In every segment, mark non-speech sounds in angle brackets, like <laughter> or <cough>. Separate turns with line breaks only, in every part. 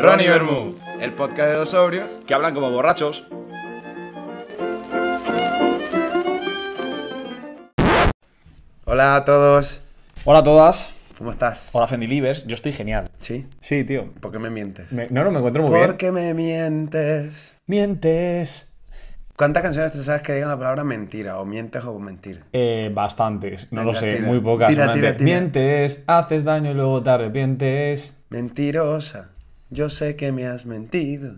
Ronnie Bermú,
el podcast de dos sobrios.
que hablan como borrachos.
Hola a todos,
Hola a todas.
¿cómo estás?
Hola Fendilivers, yo estoy genial.
¿Sí?
Sí, tío.
¿Por qué me mientes?
Me- no, no, me encuentro muy
¿Por
bien.
qué me mientes?
Mientes.
¿Cuántas canciones te sabes que digan la palabra mentira o mientes o mentir?
Eh, bastantes, no
Venga,
lo sé,
tira.
muy pocas.
Tira,
solamente.
tira, tira.
Mientes, haces daño y luego te arrepientes.
Mentirosa, yo sé que me has mentido.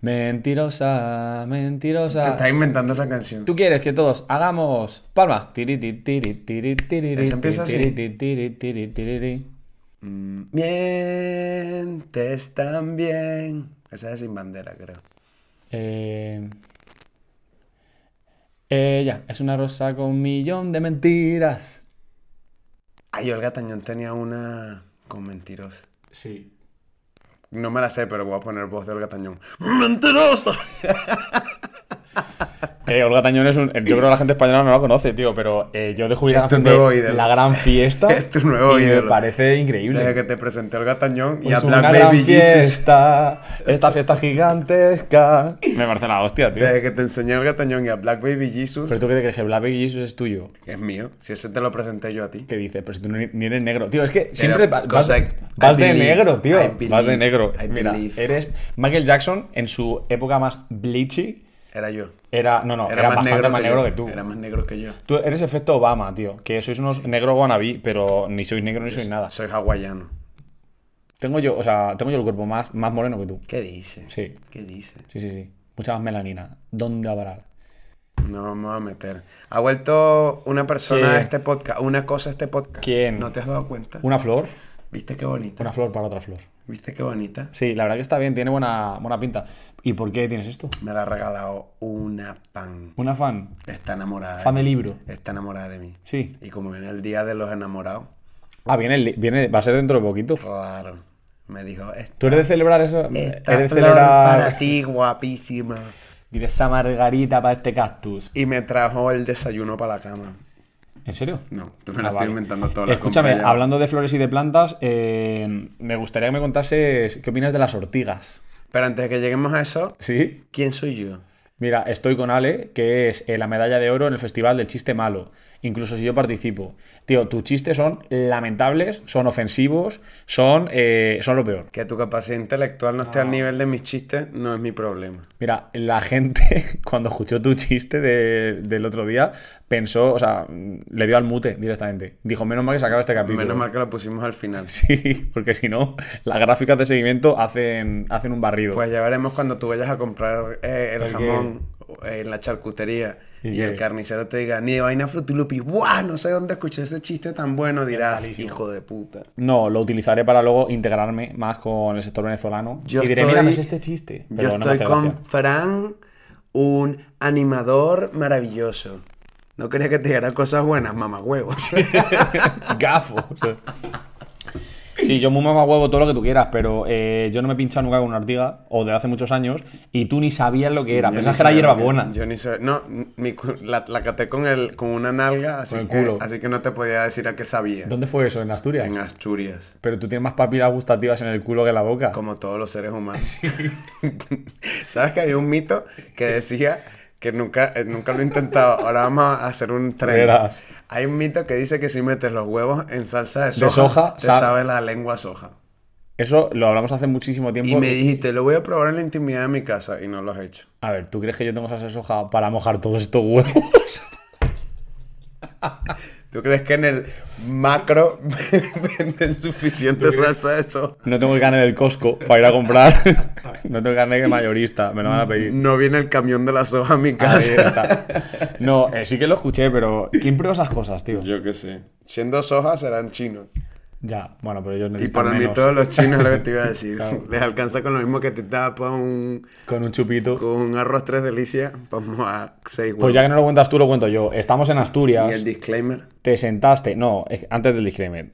Mentirosa,
Te
mentirosa.
estás inventando esa canción.
Ah. Tú quieres que todos hagamos palmas. Tiri, ti, tiri, tiri, tiri,
Eso empieza
tiri,
así.
tiri, tiri, tiri, tiri.
Mm, Mientes también. Esa es sin bandera, creo.
Eh, Ella es una rosa con un millón de mentiras.
Ay, Olga Tañón tenía una con mentirosa.
Sí.
No me la sé, pero voy a poner voz de Olga Tañón. ¡Mentirosa!
Olga Tañón es un. eh, Yo creo que la gente española no la conoce, tío, pero eh, yo descubrí la
Es tu
canción de
nuevo ídolo.
La Gran Fiesta.
<laughs> Es tu nuevo
y
ídolo.
Me parece increíble.
Desde que te presenté a Olga Tañón y
Es
a Black
una gran
Baby Jesus.
fiesta, esta fiesta gigantesca. Me parece la hostia, tío.
Desde que te enseñé a Olga Tañón y a Black Baby Jesus.
Pero tú qué te crees que Black Baby Jesus es tuyo.
que Es mío. Si ese te lo presenté yo a ti.
¿Qué dices? Pero si tú ni ni eres negro. Tío, es que siempre va- vas,
cosa que-
vas
I
de
believe,
negro, tío.
I believe,
vas de negro.
I
Mira,
believe.
eres. Michael Jackson, en su época más bleachy,
Era yo.
era. No, no, era, bastante más
yo.
negro que tú.
Era más negro que yo.
Tú eres efecto Obama, tío. Que sois unos negros wannabe, pero ni sois negro ni sois nada.
Soy hawaiano.
Tengo yo, o sea, tengo yo el cuerpo más, más moreno que tú.
¿Qué dice?
Sí,
¿Qué dice?
sí, sí, sí. Mucha más melanina. ¿Dónde va a parar?
No vamos a meter. Ha vuelto una persona
¿Qué?
a este podcast, una cosa a este podcast.
¿Quién?
¿No te has dado cuenta?
Una flor,
¿Viste qué bonita?
una flor para otra flor.
¿Viste qué bonita?
Sí, la verdad que está bien, tiene buena, buena pinta. ¿Y por qué tienes esto?
Me la ha regalado una fan.
Una fan,
Está enamorada.
fan
de
de
mí.
libro.
Está enamorada de mí.
Sí.
Y como viene el día de los enamorados,
Ah, viene, el- viene, va a ser dentro de poquito.
claro. Me dijo, "Es-
Tú eres de celebrar eso.
esta
eres de
flor
celebrar.
para ti, guapísima.
Diré esa margarita para este cactus.
Y me trajo el desayuno para la cama.
¿En serio?
No, tú me la
Ah,
estoy
vale.
inventando toda la
Escúchame,
compré ya.
hablando de flores y de plantas, eh, me gustaría que me contases qué opinas de las ortigas.
Pero antes de que lleguemos a eso,
¿Sí?
¿quién soy yo?
Mira, estoy con Ale, que es eh, la medalla de oro en el Festival del Chiste Malo. Incluso si yo participo. Tío, tus chistes son lamentables, son ofensivos, son, eh, son lo peor.
Que tu capacidad intelectual no esté al nivel de mis chistes no es mi problema.
Mira, la <laughs> gente cuando escuchó tu chiste de- del otro día pensó, o sea, le dio al mute directamente. Dijo, menos mal que se acaba este capítulo.
Menos mal que lo pusimos al final.
Sí, <laughs> porque si no, las gráficas de seguimiento hacen, hacen un barrido.
Pues ya veremos cuando tú vayas a comprar eh, el
¿El qué?
jamón eh, en la charcutería
¿Y
y,
qué?
el carnicero te diga, ni de vaina frutilupi, ¡guau! No sé dónde escuché ese chiste tan bueno, dirás,
Malísimo.
hijo de puta.
No, lo utilizaré para luego integrarme más con el sector venezolano.
Yo
y diré,
estoy-
mira, me es este chiste. Pero
Yo
no me
estoy
hace
con
gracia.
Fran, un animador maravilloso. No quería que te dijera cosas buenas,
<laughs>
mamagüevos. <laughs>
Gafo. Sí, yo muy mamá huevo todo lo que tú quieras, pero eh, yo no me he pinchado nunca con una ortiga, o desde hace muchos años, y tú ni sabías lo que era.
Yo ni
Pensabas que era
sabía
hierba
lo que-
buena.
Yo ni sabía. No, mi cu- la, la caté con, el, con una nalga, así,
Con el
que,
culo.
así que no te podía decir a qué sabía.
¿Dónde fue eso? ¿En Asturias?
En Asturias.
Pero tú tienes más papilas gustativas en el culo que en la boca.
Como todos los seres
<laughs>
humanos. <laughs> ¿Sabes que había un mito que decía que nunca, eh, nunca lo he intentado? Ahora vamos a hacer un tren.
Verás.
Hay un mito que dice que si metes los huevos en salsa de soja,
soja,
te
sa-
sabe la lengua a soja.
Eso lo hablamos hace muchísimo
Y
tiempo.
me dijiste, lo voy a probar en la intimidad de mi casa y no lo has hecho.
A ver, ¿tú crees que yo tengo salsa de soja para mojar todos estos huevos?
¿Tú crees que en el macro <laughs> venden suficiente salsa de soja?
No tengo el carnet del Costco para ir a comprar. <laughs> No tengo el carnet de mayorista, me lo van
<laughs>
a pedir.
No viene el camión de la soja a mi
Ahí
casa.
está. No, eh, sí que lo escuché, pero ¿quién prueba esas cosas,
<laughs>
tío?
Yo qué sé. Siendo soja serán chinos.
Ya, bueno, pero ellos
Y
necesitan
para mí
menos.
todos los chinos es lo que te iba a decir.
Claro.
Les alcanza con lo mismo que te tapa un,
Con un chupito.
con un arroz tres delicias. Vamos a seis huevos.
Pues ya que no lo cuentas tú, lo cuento yo. Estamos en
Y
Asturias,
el disclaimer.
te sentaste... No, es- antes del disclaimer.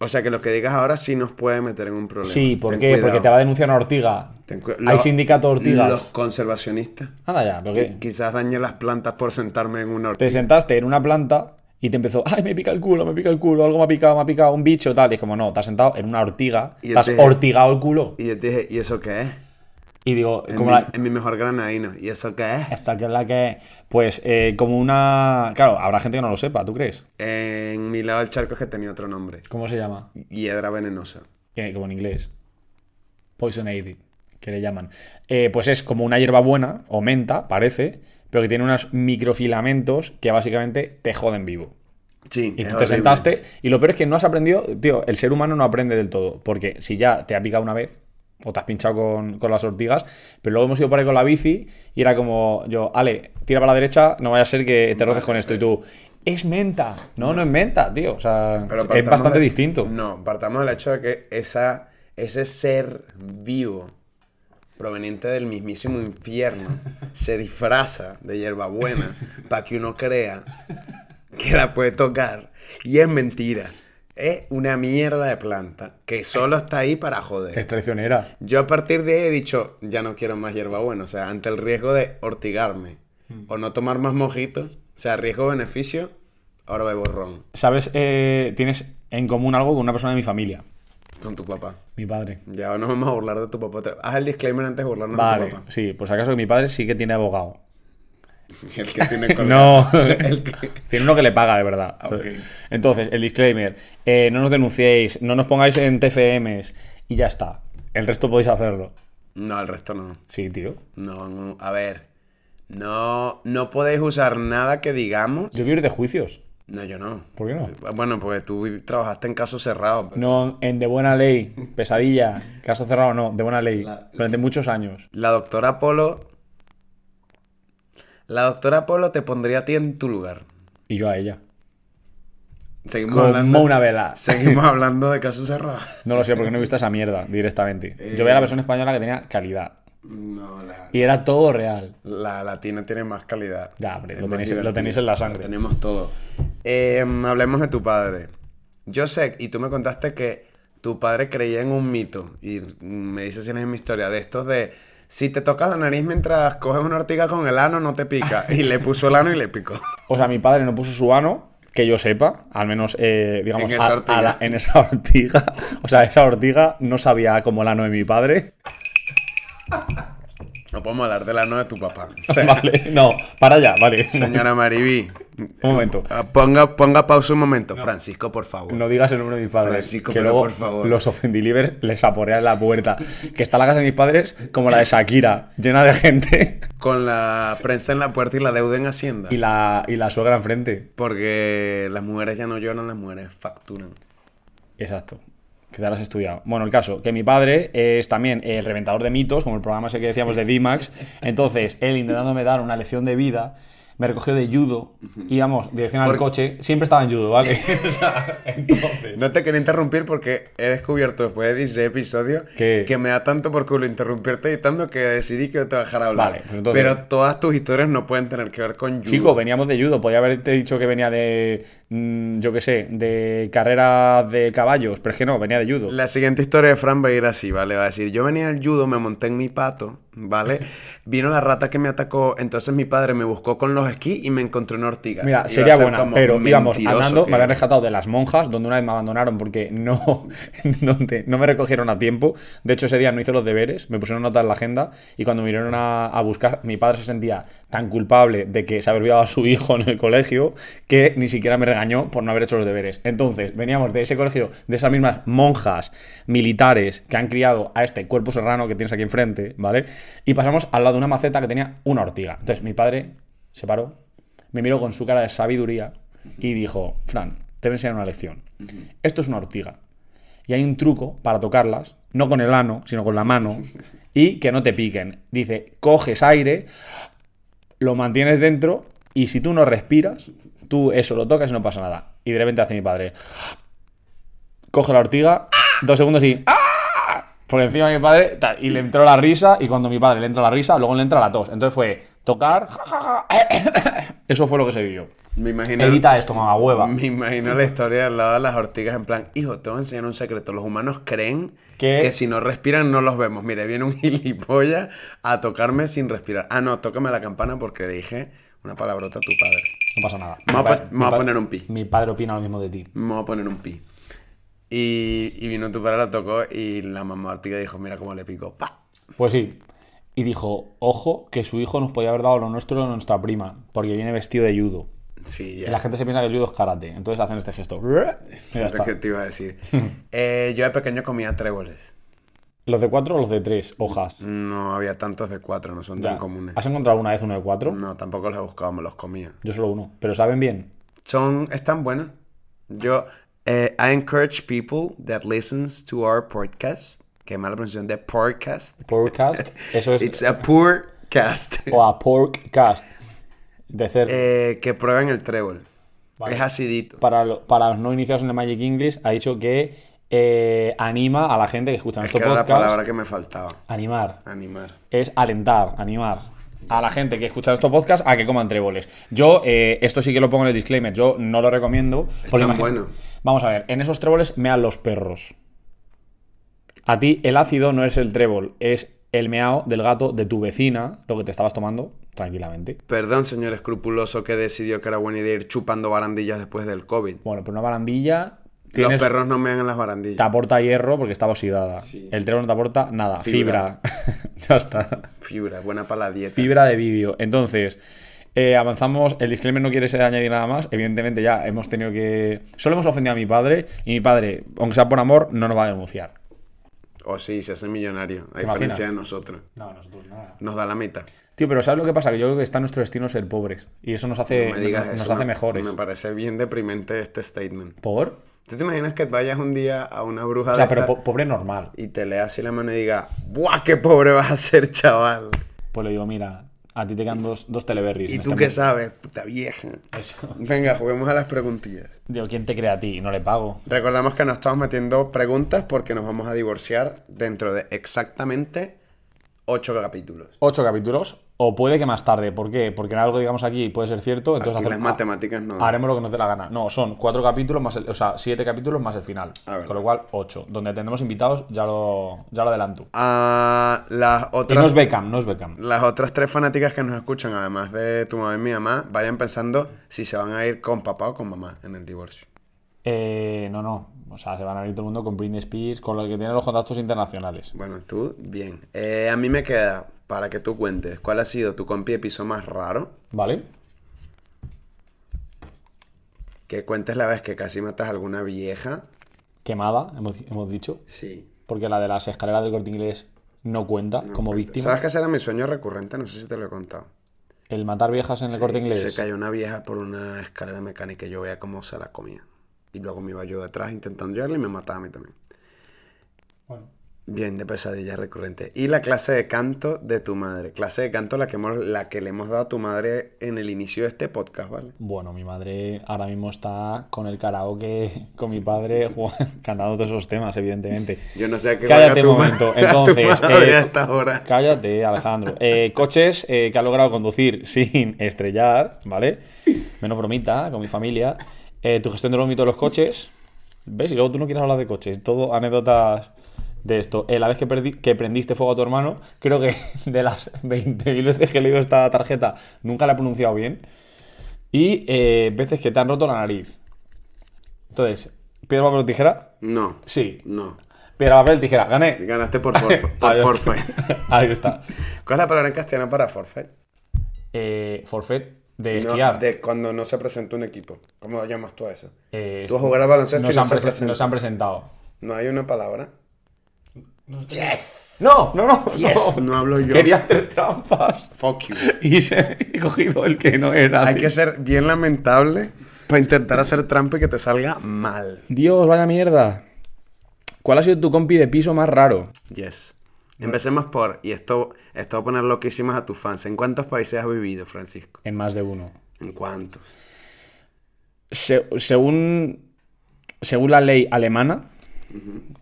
O sea que lo que digas ahora sí nos puede meter en un problema.
Sí, ¿por
Ten
qué?
cuidado.
Porque te va a denunciar una ortiga.
Ten cu-
Hay
los-
sindicato de ortigas.
Los conservacionistas.
Anda ya, ¿por qué?
Quizás dañe las plantas por sentarme en una ortiga.
Te sentaste en una planta y te empezó, ay, me pica el culo, me pica el culo, algo me ha picado, me ha picado un bicho, tal. Y es como, no, te has sentado en una ortiga,
Y
te has
entonces-
ortigado el culo.
Y yo te dije, ¿y eso qué es?
Y digo,
Es mi,
como la,
es mi mejor granadino. ¿Y eso qué es?
esta que es la que. Pues eh, como una. Claro, habrá gente que no lo sepa, ¿tú crees?
En mi lado del charco es que tenía otro nombre.
¿Cómo se llama?
Hiedra venenosa.
Eh, como en inglés. Poison Ivy, que le llaman. Eh, pues es como una hierbabuena, o menta, parece, pero que tiene unos microfilamentos que básicamente te joden vivo.
Sí,
Y
es
tú te
horrible.
sentaste, y lo peor es que no has aprendido, tío, el ser humano no aprende del todo, porque si ya te ha picado una vez, o te has pinchado con, con las ortigas, pero luego hemos ido por ahí con la bici, y era como, yo, Ale, tira para la derecha, no vaya a ser que te roces con esto, y tú, es menta, no, no es menta, tío, o sea,
Pero
es
partamos
bastante
de-
distinto.
No, partamos del hecho de que esa, ese ser vivo proveniente del mismísimo
<laughs>
infierno se disfraza de hierbabuena para que uno crea que la puede tocar. Y es mentira. Es una mierda de planta que solo está ahí para joder.
Es traicionera.
Yo a partir de ahí he dicho, ya no quiero más hierbabuena. O sea, ante el riesgo de ortigarme
Hmm.
o no tomar más mojitos, o sea, riesgo-beneficio, ahora bebo ron
¿Sabes? Eh, tienes en común algo con una persona de mi familia,
con tu papá.
mi padre.
Ya no vamos a burlar de tu papá. otra- Haz el disclaimer antes de burlarnos de
Vale,
tu papá. <laughs>
sí, pues acaso que mi padre sí que tiene abogado.
El que
<laughs>
tiene colgado.
No,
<laughs> El que-
tiene uno que le paga, de verdad.
Ah, Ok.
Entonces, el disclaimer, eh, no nos denunciéis, no nos pongáis en TFMs y ya está. El resto podéis hacerlo.
No, el resto no.
Sí, tío.
No, no, a ver. No, no podéis usar nada que digamos.
Yo quiero ir de juicios.
No, yo no.
¿Por qué no?
Bueno, porque tú vi- trabajaste en casos cerrados. pero-
No, en de buena ley, pesadilla, caso cerrado, no, de buena ley,
La-
durante muchos años.
La doctora Polo. La doctora Polo te pondría a ti en tu lugar.
Y yo a ella.
Seguimos hablando.
Como una vela. <laughs>
Seguimos hablando de casos cerrados.
No lo sé, porque no he visto esa mierda directamente.
Eh.
Yo veía a la versión española que tenía calidad.
No, la,
Y era todo real.
la latina tiene más calidad.
Ya, hombre,
Es
lo
más
tenéis,
divertida.
lo tenéis en la
Lo
sangre.
tenemos todo. Eh, hablemos de tu padre. Yo sé, y tú me contaste que tu padre creía en un mito. Y me dices tienes en mi historia de estos de... Si te tocas la nariz mientras coges una ortiga con el ano, no te
<laughs>
pica. Y le puso el ano y le picó.
O sea, mi padre no puso su ano, que yo sepa, al menos, eh, digamos,
En esa
a-
ortiga.
a la- en esa <laughs> ortiga. O sea, esa ortiga no sabía como el ano de mi padre.
No podemos hablar del ano de tu
<laughs>
papá. O sea,
Vale, no, para allá, vale.
Señora Maribí,
Un momento.
ah, ponga, ponga pausa un momento. Francisco, por favor.
No digas el nombre de mis padres.
Francisco,
que
pero
luego
por favor.
Los ofendilivers les saporean la puerta. Que está la casa de mis padres como la de Shakira, llena de gente.
Con la prensa en la puerta y la deuda en Hacienda.
Y la, y la suegra enfrente.
Porque las mujeres ya no lloran, las mujeres facturan.
Exacto. Quizás lo has estudiado. Bueno, el caso, que mi padre es también el reventador de mitos, como el programa ese que decíamos de D-Max. Entonces, él intentándome dar una lección de vida, me recogió de judo, íbamos dirección al
Porque-
coche, siempre estaba en
<laughs>
judo, ¿vale? Entonces...
No te quería interrumpir porque he descubierto después de 16 episodios
¿Qué?
que me da tanto por culo interrumpirte editando que decidí que te dejara hablar.
Vale, pues entonces-
Pero todas tus historias no pueden tener que ver con judo.
<laughs> Chico, veníamos de judo, podía haberte dicho que venía de, mm, yo qué sé, de carrera de caballos, pero es que no, venía de judo.
La siguiente historia de Fran va a ir así, ¿vale? Va a decir, yo venía al judo, me monté en mi pato,
<laughs>
¿vale? Vino la rata que me atacó, entonces mi padre me buscó con los esquís y me encontró una ortiga. Iba
Mira,
a
sería
ser
buena,
como
pero íbamos
mentiroso
andando,
que-
me habían rescatado de las monjas, donde una vez me abandonaron porque no, <laughs> donde no me recogieron a tiempo. De hecho, ese día no hice los deberes, me pusieron nota en la agenda y cuando me vinieron a, a buscar, mi padre se sentía tan culpable de que se había olvidado a su hijo en el colegio que ni siquiera me regañó por no haber hecho los deberes. Entonces, veníamos de ese colegio, de esas mismas monjas militares que han criado a este cuerpo serrano que tienes aquí enfrente, ¿vale? Y pasamos al lado de una maceta que tenía una ortiga. Entonces, mi padre se paró me miró con su cara de sabiduría y dijo, Fran, te voy a enseñar una lección. Esto es una ortiga. Y hay un truco para tocarlas, no con el ano, sino con la mano, y que no te piquen. Dice, coges aire, lo mantienes dentro, y si tú no respiras, tú eso lo tocas y no pasa nada. Y de repente hace mi padre, coge la ortiga, dos segundos y... ¡ah! Por encima de mi padre, tal, y le entró la risa, y cuando mi padre le entra la risa, luego le entra la tos. Entonces fue tocar, eso fue lo que se Mm. vio.
Me imagino,
Edita esto, mamá hueva.
me imagino la historia del lado de las ortigas en plan, hijo, te voy a enseñar un secreto. Los humanos creen
¿Qué?
que si no respiran no los vemos. Mire, viene un <laughs> gilipollas a tocarme sin respirar. Ah, no, tócame la campana porque dije una palabrota a tu padre.
No pasa nada.
Me voy a
Mi pa-
pon-
mi
me voy a
pa-
poner un pi.
Mi padre opina lo mismo de ti.
Me voy a poner un pi. Y, y vino tu padre, la tocó y la mamá Ortiga dijo, mira cómo le picó. ¡Pa!
Pues sí. Y dijo, ojo, que su hijo nos podía haber dado lo nuestro a nuestra prima, porque viene vestido de judo.
Sí,
Y
ya.
la gente se piensa que el judo es karate, entonces hacen este gesto. Y ya
Es
está.
lo que te iba a
<laughs>
decir. Eh, yo de pequeño comía tréboles.
¿Los de cuatro o los de tres hojas?
No había tantos de cuatro, no Mm, son
Ya. Ah,
tan comunes. Mm.
¿Has encontrado alguna vez uno de cuatro?
No, tampoco los he buscado, me los comía.
Yo solo uno. ¿Pero saben bien?
Son, están buenas. Yo, eh, I encourage people that listens to our podcast. Qué mala pronunciación de podcast. <laughs>
Porcast. Eso es.
It's a poor cast. <laughs>
O a porkcast. De cer-
Eh, que prueben el trébol.
Vale.
Es acidito.
para, lo- para los no iniciados en el Magic English, ha dicho que eh, anima a la gente que escucha
Es
nuestro
que era la
podcast.
palabra que me faltaba.
Animar.
Animar.
Es alentar, animar a la gente que escucha nuestro podcast a que coman tréboles. Yo, eh, esto sí que lo pongo en el disclaimer, yo no lo recomiendo. porque
Están
imagi-
buenos.
Vamos a ver, en esos tréboles mean los perros. A ti el ácido no es el trébol, es el meao del gato de tu vecina, lo que te estabas tomando tranquilamente.
Perdón, señor escrupuloso que decidió que era buena idea ir chupando barandillas después del COVID.
Bueno, por una barandilla
Los
tienes-
perros no mean en las
te
barandillas.
aporta hierro porque estaba oxidada.
Sí.
El trébol no te aporta nada,
Fibra.
fibra. <laughs> ya está.
Fibra, buena para la dieta.
Fibra de vídeo. Entonces, eh, avanzamos. El disclaimer no quiere ser- añadir nada más. Evidentemente, ya hemos tenido que. Solo hemos ofendido a mi padre. Y mi padre, aunque sea por amor, no nos va a denunciar.
O sí, se hace millonario. A
¿Te imaginas?
diferencia de nosotros.
No, nosotros nada.
Nos da la mitad.
Tío, pero ¿sabes lo que pasa? Que yo creo que está en nuestro destino ser pobres. Y eso nos hace,
No me digas
Eh, nos
eso,
hace
me-
mejores.
Me parece bien deprimente este statement.
¿Por?
¿Tú te imaginas que vayas un día a una bruja
O sea,
de
pero
estas
po- pobre normal.
y te leas así la mano y diga, ¡buah, qué pobre vas a ser, chaval!
Pues le digo, mira, a ti te quedan dos, dos teleberries.
¿Y
en
tú
este
qué
mundo".
sabes, puta vieja?
Eso. <laughs>
Venga, juguemos a las preguntillas.
Digo, ¿quién te crea a ti? No le pago.
Recordamos que no estamos metiendo preguntas porque nos vamos a divorciar dentro de exactamente ocho capítulos.
Ocho capítulos. O puede que más tarde. ¿Por qué? Porque en algo digamos aquí puede ser cierto. Entonces
Aquí
hacer-
las
ah,
matemáticas no.
Haremos lo que nos dé la gana. No, son cuatro capítulos más el- o sea, siete capítulos más el final.
Ah, verdad.
Con lo cual, ocho. Donde tendremos invitados, ya lo, ya lo adelanto.
Ah, las
Y no es
otras
Beckham, no es Beckham.
las otras tres fanáticas que nos escuchan, además de tu mamá y mi mamá, vayan pensando si se van a ir con papá o con mamá en el divorcio.
Eh, no, no. O sea, se van a ir todo el mundo con Britney Spears, con los que tienen los contactos internacionales.
Bueno, tú, bien. Eh, a mí me queda, para que tú cuentes, ¿cuál ha sido tu compi de piso más raro?
¿Vale?
Que cuentes la vez que casi matas a alguna vieja.
Quemada, hemos, hemos dicho.
Sí.
Porque la de las escaleras del corte inglés no cuenta como víctima.
¿Sabes que ese era mi sueño recurrente? No sé si te lo he contado.
El matar viejas en el corte inglés.
Se cayó una vieja por una escalera mecánica y yo veía cómo se la comía. Y luego me iba yo detrás intentando llegarle y me mataba a mí también.
Bueno.
Bien, de pesadilla recurrente. Y la clase de canto de tu madre. Clase de canto la que, hemos- la que le hemos dado a tu madre en el inicio de este podcast, ¿vale?
Bueno, mi madre ahora mismo está con el karaoke, con mi padre, <laughs> jugando- cantando todos esos temas, evidentemente.
Yo no sé <laughs> a qué juega
Cállate
tu
un momento.
ma- tu
Entonces,
madre
eh,
a esta hora.
Cállate, Alejandro. Eh, coches eh, que ha logrado conducir sin estrellar, ¿vale? Menos bromita con mi familia. Eh, tu gestión del vómito de los coches. ¿Ves? Y luego tú no quieres hablar de coches. Todo anécdotas de esto. Eh, la vez que, perdí- que prendiste fuego a tu hermano, creo que <laughs> de las 20.000 veces que he leído esta tarjeta, nunca la he pronunciado bien. Y eh, veces que te han roto la nariz. Entonces, piedra, papel o tijera.
No,
Sí.
no.
Piedra, papel, tijera. Gané.
Ganaste por,
<laughs>
forfa- por
Adiós.
forfait.
Ahí está.
¿Cuál es la palabra en castellano para forfait?
Eh, forfait de
No,
esquiar.
de cuando no se presenta un equipo. ¿Cómo lo llamas tú a eso?
Eh,
Tú vas a jugar al baloncesto
nos
y no
han
se
presen-
presenta.
nos han presentado.
No hay una palabra. Yes.
No, no, no.
Yes. No hablo yo.
Quería hacer trampas.
Fuck you.
Y <laughs> se- he cogido el que no era.
Hay
tío.
que ser bien lamentable para intentar hacer trampa y que te salga mal.
Dios, vaya mierda. ¿Cuál ha sido tu compi de piso más raro?
Yes. Empecemos por, y esto, esto va a poner loquísimas a tus fans. ¿En cuántos países has vivido, Francisco?
En más de uno.
¿En cuántos?
Se- según, según la ley alemana,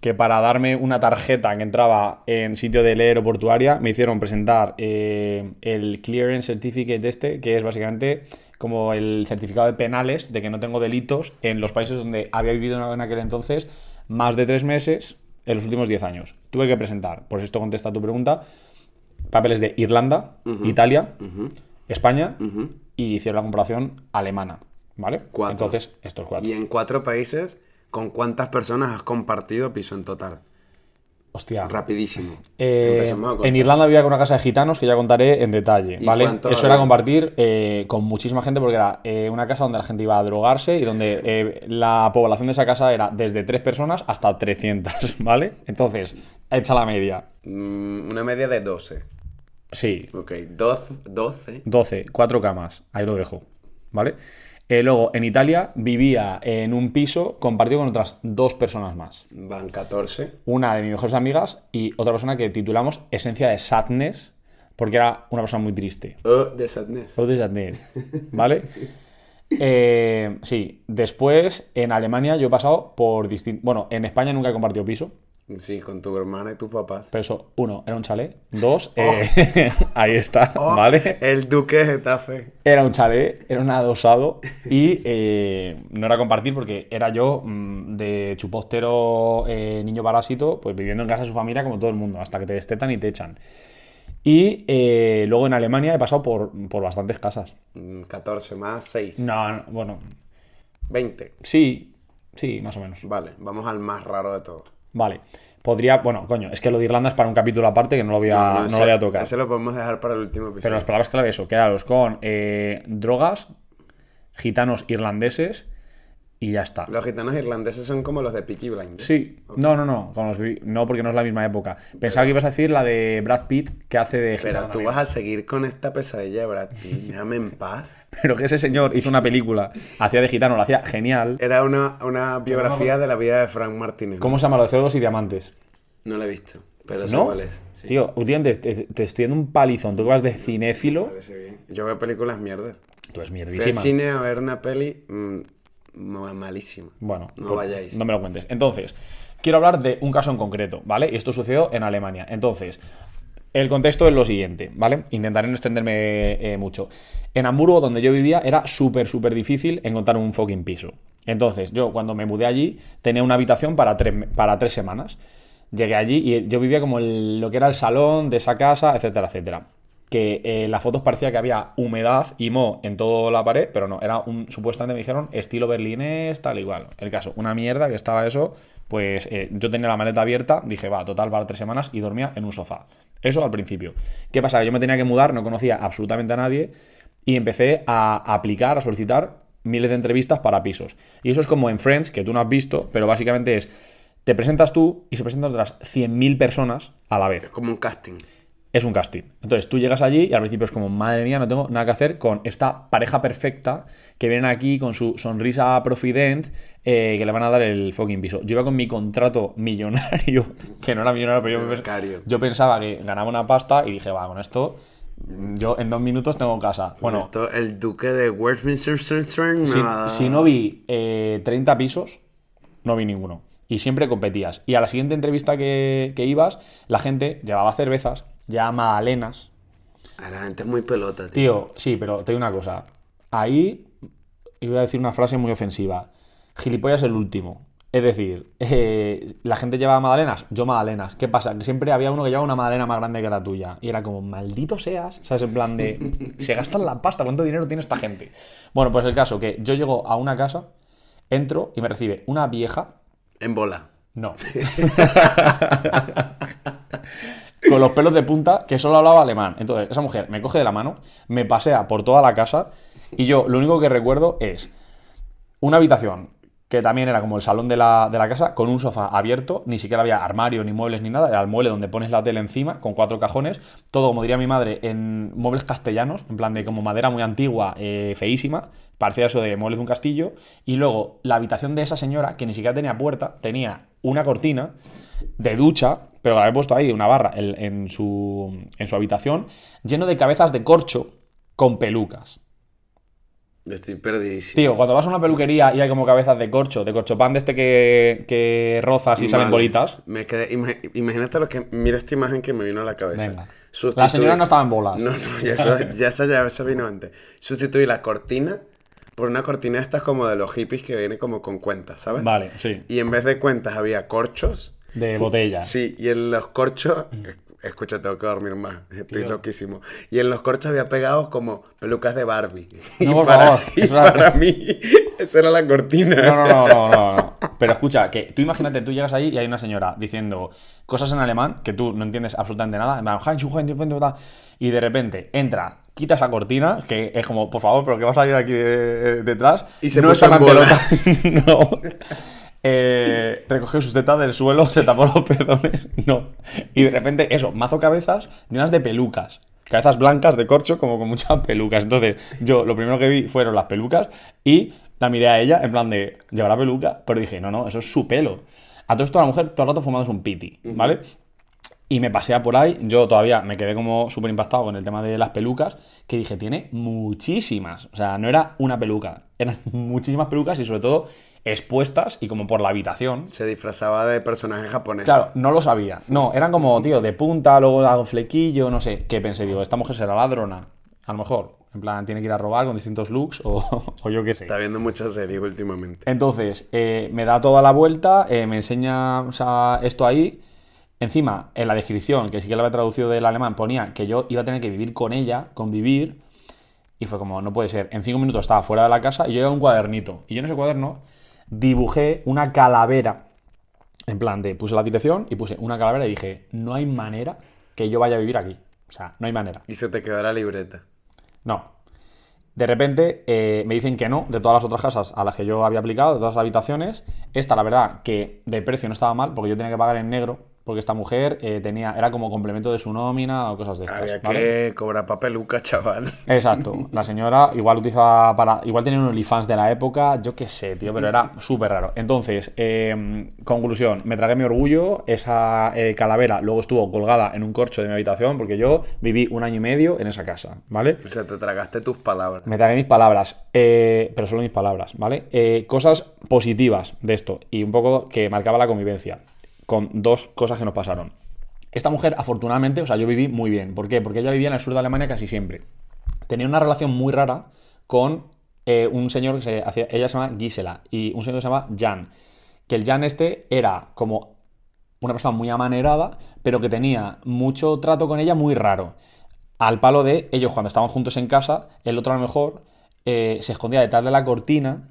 que para darme una tarjeta que entraba en sitio de ley aeroportuaria, me hicieron presentar eh, el Clearance Certificate este, que es básicamente como el certificado de penales de que no tengo delitos en los países donde había vivido en aquel entonces más de tres meses en los últimos 10 años. Tuve que presentar, por esto contesta tu pregunta, papeles de Irlanda, Italia, España y hicieron la comparación alemana, ¿vale?
Cuatro.
Entonces, estos cuatro.
Y en cuatro países, ¿con cuántas personas has compartido piso en total?
Hostia.
Rapidísimo.
Eh,
Empecemos a contar.
en Irlanda había una casa de gitanos que ya contaré en detalle,
¿Y
¿vale?
cuánto
Eso
había?
era compartir eh, con muchísima gente porque era eh, una casa donde la gente iba a drogarse y donde eh, la población de esa casa era desde tres personas hasta 300, <laughs> ¿vale? Entonces, hecha la media.
Mm, Una media de 12.
Sí,
Ok, 12. 12.
12, cuatro camas, ahí lo dejo, ¿vale? Eh, luego, en Italia vivía en un piso compartido con otras dos personas más.
Van 14.
Una de mis mejores amigas y otra persona que titulamos Esencia de Sadness, porque era una persona muy triste.
Oh, de sadness.
Todo es sadness, ¿vale? Eh, sí, después en Alemania yo he pasado por distintos... Bueno, en España nunca he compartido piso,
Sí, con tu hermana y tus papás.
pero eso, uno, era un chalet, dos, eh, <laughs> ahí está,
Oh,
¿vale?
El duque de Getafe.
Era un chalet, era un adosado y eh, no era compartir porque era yo mm, de chupóstero eh, niño parásito, pues viviendo en casa de su familia como todo el mundo, hasta que te destetan y te echan. Y eh, luego en Alemania he pasado por, por bastantes casas.
Mm, 14 más 6.
No, no, bueno,
20.
sí, sí, más o menos.
Vale, vamos al más raro de todos.
Vale, podría, bueno, coño, es que lo de Irlanda es para un capítulo aparte que no lo voy a, Ah, no
ese-
lo voy a tocar.
Ese lo podemos dejar para el último episodio.
Pero las palabras clave eso, quedaros con eh, drogas, gitanos irlandeses y ya está.
Los gitanos irlandeses son como los de Peaky Blinders.
Sí, no, no, no, con los vi- no, porque no es la misma época. Pensaba que ibas a decir la de Brad Pitt que hace de
Pero
gitano
tú vas a seguir con esta pesadilla, Brad
<laughs>
Pitt. Déjame en paz.
Pero que ese señor hizo una película, hacía de gitano, lo hacía genial.
Era una, una biografía de la vida de Frank Martínez.
¿Cómo se llama lo de cerdos y diamantes?
No la he visto, pero sé
¿No?
cuál es. Sí,
Tío, últimamente te, te- te estoy dando un palizón. Tú que vas de cinéfilo.
parece bien. Yo veo películas mierdas.
Tú eres
Fui al
mierdísima.
cine a ver una peli mm, ma- malísima.
Bueno,
No
pues,
vayáis.
No me lo cuentes. Entonces, quiero hablar de un caso en concreto, ¿vale? Y esto sucedió en Alemania. Entonces, el contexto es lo siguiente, ¿vale? Intentaré no extenderme eh, mucho. En Hamburgo, donde yo vivía, era súper, súper difícil encontrar un fucking piso. Entonces, yo cuando me mudé allí, tenía una habitación para tres, me- para tres semanas. Llegué allí y yo vivía como el- lo que era el salón de esa casa, etcétera, etcétera. Que eh, en las fotos parecía que había humedad y moho en toda la pared, pero no, era un, supuestamente me dijeron estilo berlinés, tal igual. El caso, una mierda que estaba eso, pues eh, yo tenía la maleta abierta, dije, va, total, para tres semanas y dormía en un sofá. Eso al principio. ¿Qué pasa? Que Yo me tenía que mudar, no conocía absolutamente a nadie y empecé a aplicar, a solicitar miles de entrevistas para pisos. Y eso es como en Friends, que tú no has visto, pero básicamente es, te presentas tú y se presentan otras 100.000 personas a la vez
Es como un casting.
es un casting. Entonces tú llegas allí y al principio es como, madre mía, no tengo nada que hacer con esta pareja perfecta que vienen aquí con su sonrisa profident eh, que le van a dar el fucking piso. Yo iba con mi contrato millonario, <laughs> que no era millonario, pero yo, me pens-
Becario.
yo pensaba que ganaba una pasta y dije, va, con esto yo en dos minutos tengo casa. Bueno,
Esto, el duque de Westminster.
si,
nada.
si no vi eh, 30 pisos, no vi ninguno. Y siempre competías. Y a la siguiente entrevista que, que ibas, la gente llevaba cervezas, llevaba magdalenas,
A la gente es muy pelota, tío.
Tío, sí, pero te digo una cosa. Ahí iba a decir una frase muy ofensiva. Gilipollas el último. Es decir, eh, la gente llevaba magdalenas, yo magdalenas. ¿Qué pasa? Que siempre había uno que llevaba una magdalena más grande que la tuya. Y era como, maldito seas, ¿sabes? En plan de, se gastan la pasta, ¿cuánto dinero tiene esta gente? Bueno, pues el caso que yo llego a una casa, entro y me recibe una vieja
En bola.
no. Con los pelos de punta, que solo hablaba alemán. Entonces, esa mujer me coge de la mano, me pasea por toda la casa y yo lo único que recuerdo es una habitación que también era como el salón de la, de la casa, con un sofá abierto, ni siquiera había armario, ni muebles, ni nada, era el mueble donde pones la tele encima, con cuatro cajones, todo, como diría mi madre, en muebles castellanos, en plan de como madera muy antigua, eh, feísima, parecía eso de muebles de un castillo, y luego la habitación de esa señora, que ni siquiera tenía puerta, tenía una cortina de ducha, pero la había puesto ahí, una barra, en, en su, en su habitación, lleno de cabezas de corcho con pelucas.
Estoy perdidísimo.
Tío, cuando vas a una peluquería y hay como cabezas de corcho, de corchopán de este que, que rozas y salen
Vale.
bolitas.
Me quedé, ima- imagínate lo que. Mira esta imagen que me vino a la cabeza.
Venga.
Sustituir-
La señora no estaba en bolas.
No, no, ya
<laughs>
eso, ya eso, ya eso vino antes. Sustituir la cortina por una cortina de estas como de los hippies que viene como con cuentas, ¿sabes?
Vale, sí.
Y en vez de cuentas había corchos.
De botella. Mm.
Sí, y en los corchos, eh, escucha, tengo que dormir más, estoy loquísimo. Y en los corchos había pegados como pelucas de Barbie.
No,
y
por
para,
favor,
y
es una-
para mí, <laughs> esa era la cortina.
No, no, no, no, no, no. Pero escucha, que tú imagínate, tú llegas ahí y hay una señora diciendo cosas en alemán que tú no entiendes absolutamente nada. en plan, "Hi, su gente, gente, tal", Y de repente entra, quita esa cortina, que es como, por favor, pero que va a salir aquí de- detrás.
Y se
no
puso
está
en bola.
<laughs> no. Eh, recogió sus tetas del suelo, se tapó los pezones. No. Y de repente, eso, mazo cabezas llenas de pelucas. Cabezas blancas de corcho, como con muchas pelucas. Entonces, yo lo primero que vi fueron las pelucas y la miré a ella en plan de, ¿llevará peluca? Pero dije, no, no, eso es su pelo. A todo esto, la mujer todo el rato fumando un piti, ¿vale? Y me pasea por ahí, yo todavía me quedé como súper impactado con el tema de las pelucas, que dije, tiene muchísimas. O sea, no era una peluca, eran <laughs> muchísimas pelucas y sobre todo expuestas y como por la habitación.
Se disfrazaba de personaje japonés.
Claro, no lo sabía. No, eran como, tío, de punta, luego hago flequillo, no sé. Que pensé, digo, esta mujer será ladrona. A lo mejor, en plan, tiene que ir a robar con distintos looks o, <laughs> o yo qué sé.
Está viendo muchas series últimamente.
Entonces, eh, me da toda la vuelta, eh, me enseña o sea, esto ahí. Encima, en la descripción, que sí que la había traducido del alemán, ponía que yo iba a tener que vivir con ella, convivir. Y fue como, no puede ser. En cinco minutos estaba fuera de la casa y yo llevaba un cuadernito. Y yo en ese cuaderno dibujé una calavera. En plan, de puse la dirección y puse una calavera y dije, no hay manera que yo vaya a vivir aquí. O sea, no hay manera.
Y se te quedó la libreta.
No. De repente eh, me dicen que no, de todas las otras casas a las que yo había aplicado, de todas las habitaciones. Esta, la verdad, que de precio no estaba mal, porque yo tenía que pagar en negro, porque esta mujer eh, tenía, era como complemento de su nómina o cosas de estas.
Había
¿vale?
que cobrar pa' peluca, chaval. <laughs>
Exacto. La señora igual utilizaba para. Igual tenía un OnlyFans de la época, yo qué sé, tío, pero era súper raro. Entonces, eh, conclusión, me tragué mi orgullo. Esa eh, calavera luego estuvo colgada en un corcho de mi habitación, porque yo viví un año y medio en esa casa, ¿vale?
O sea, te tragaste tus palabras.
Me tragué mis palabras, eh, pero solo mis palabras, ¿vale? Eh, cosas positivas de esto y un poco que marcaba la convivencia, con dos cosas que nos pasaron. Esta mujer, afortunadamente, o sea, yo viví muy bien. ¿Por qué? Porque ella vivía en el sur de Alemania casi siempre. Tenía una relación muy rara con eh, un señor que se hacía, ella se llama Gisela y un señor que se llama Jan. Que el Jan este era como una persona muy amanerada, pero que tenía mucho trato con ella muy raro. Al palo de ellos cuando estaban juntos en casa, el otro a lo mejor eh, se escondía detrás de la cortina,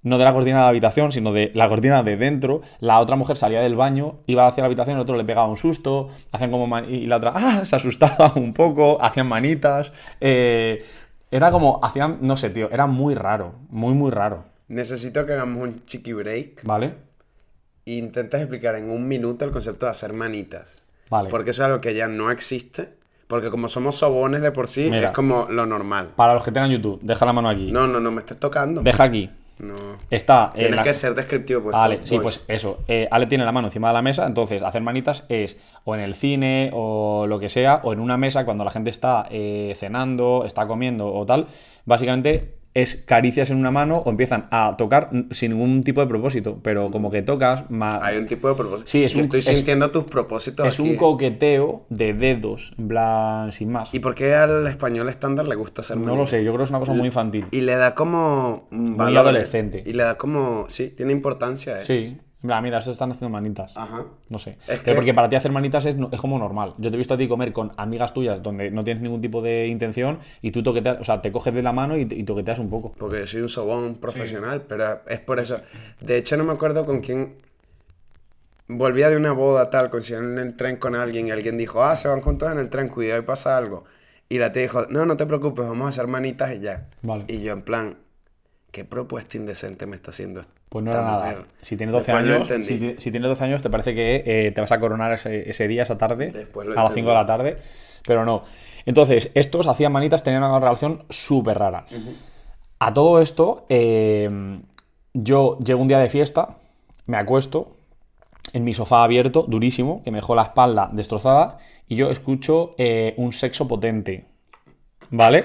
no de la cortina de la habitación, sino de la cortina de dentro. La otra mujer salía del baño, iba hacia la habitación, el otro le pegaba un susto, hacían como man- y la otra <laughs> ¡ah! se asustaba un poco, hacían manitas. eh, era como, hacían, no sé, tío, era muy raro, muy, muy raro,
Necesito que hagamos un chiqui break
¿vale?
e intentes explicar en un minuto el concepto de hacer manitas.
Vale.
Porque eso es algo que ya no existe. Porque como somos sobones de por sí,
Mira.
es como lo normal.
Para los que tengan YouTube, deja la mano aquí.
No, no, no me estés tocando.
Deja aquí.
No.
Está. eh,
Tienes
la-
que ser descriptivo. Pues,
Vale,
tú,
sí,
boys.
pues eso. Eh, Ale tiene la mano encima de la mesa, entonces hacer manitas es o en el cine o lo que sea, o en una mesa cuando la gente está eh, cenando, está comiendo o tal. Básicamente es caricias en una mano o empiezan a tocar n- sin ningún tipo de propósito, pero como que tocas, ma-
Hay un tipo de propósito.
Sí, es
Yo
un-
estoy
es-
sintiendo tus propósitos
es un
aquí.
coqueteo de dedos, en plan, sin más.
¿Y por qué al español estándar le gusta hacer
No
manitas?
lo sé, yo creo que es una cosa muy infantil.
Y le da como mm, valores.
adolescente.
Y le da como... Sí, tiene importancia, ¿eh?
Sí, En plan, mira, estos están haciendo manitas.
Ajá.
No sé.
Es
Pero
que-
Porque para ti hacer manitas es, no- es como normal. Yo te he visto a ti comer con amigas tuyas donde no tienes ningún tipo de intención y tú toqueteas, o sea, te coges de la mano y, te- y toqueteas un poco.
Porque yo soy un sobón profesional, pero es por eso. De hecho, no me acuerdo con quién. Volvía de una boda tal, coincidieron en el tren con alguien y alguien dijo, ah, se van juntos en el tren, cuidado y pasa algo. Y la tía dijo, no, no te preocupes, vamos a hacer manitas y ya.
Vale.
Y yo en plan, ¿qué propuesta indecente me está haciendo
Pues no
esta
era nada.
mujer?".
Si tienes 12
Después lo
años,
entendí.
si, ti- si tienes 12 años, te parece que eh, te vas a coronar ese, ese día, esa tarde,
Después lo
a las 5 de la tarde, pero no. Entonces, estos hacían manitas, tenían una relación súper rara. A todo esto, eh, yo llego un día de fiesta, me acuesto en mi sofá abierto, durísimo, que me dejó la espalda destrozada, y yo escucho eh, un sexo potente. ¿Vale?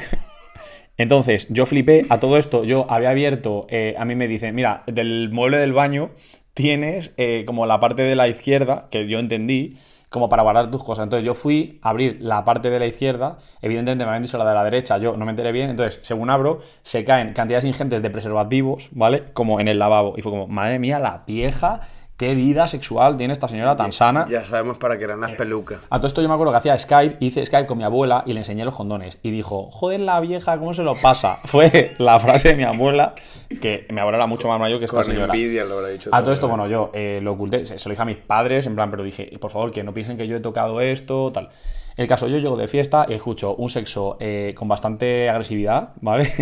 Entonces, yo flipé a todo esto. Yo había abierto, eh, a mí me dicen, mira, del mueble del baño tienes eh, como la parte de la izquierda, que yo entendí, como para guardar tus cosas. Entonces, yo fui a abrir la parte de la izquierda. Evidentemente, me habían dicho la de la derecha, yo no me enteré bien. Entonces, según abro, se caen cantidades ingentes de preservativos, ¿vale? Como en el lavabo. Y fue como, madre mía, la pieja qué vida sexual tiene esta señora tan sana. Eh,
Ya sabemos para qué eran las pelucas.
A todo esto yo me acuerdo que hacía Skype, hice Skype con mi abuela y le enseñé los condones. Y dijo, joder la vieja, ¿cómo se lo pasa? <laughs> Fue la frase de mi abuela, que mi abuela era mucho más mayor que esta
Con
señora.
envidia lo habrá dicho.
A todo esto,
¿eh?
bueno, yo eh, lo oculté, se, se lo dije a mis padres, en plan, pero dije, por favor, que no piensen que yo he tocado esto, tal. El caso, yo llego de fiesta y escucho un sexo eh, con bastante agresividad, ¿vale? <laughs>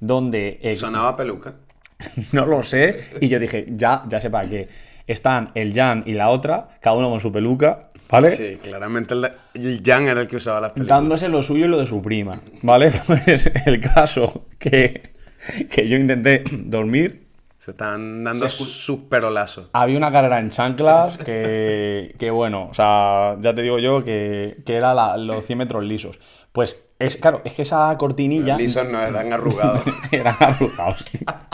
Donde... eh,
Sonaba peluca.
<laughs> no lo sé. Y yo dije, ya, ya sé para qué. Están el Jan y la otra, cada uno con su peluca, ¿vale?
Sí, claramente el de- y Jan era el que usaba las pelucas.
Dándose lo suyo y lo de su prima, ¿vale? <laughs> Pues el caso que, que yo intenté dormir,
Se estaban dando sus perolazos.
había una carrera en chanclas que, que bueno, o sea, ya te digo yo que, que era la- los 100 metros lisos. Pues, es claro, es que esa cortinilla...
Lisos no eran arrugados.
<laughs> Eran arrugados. <laughs>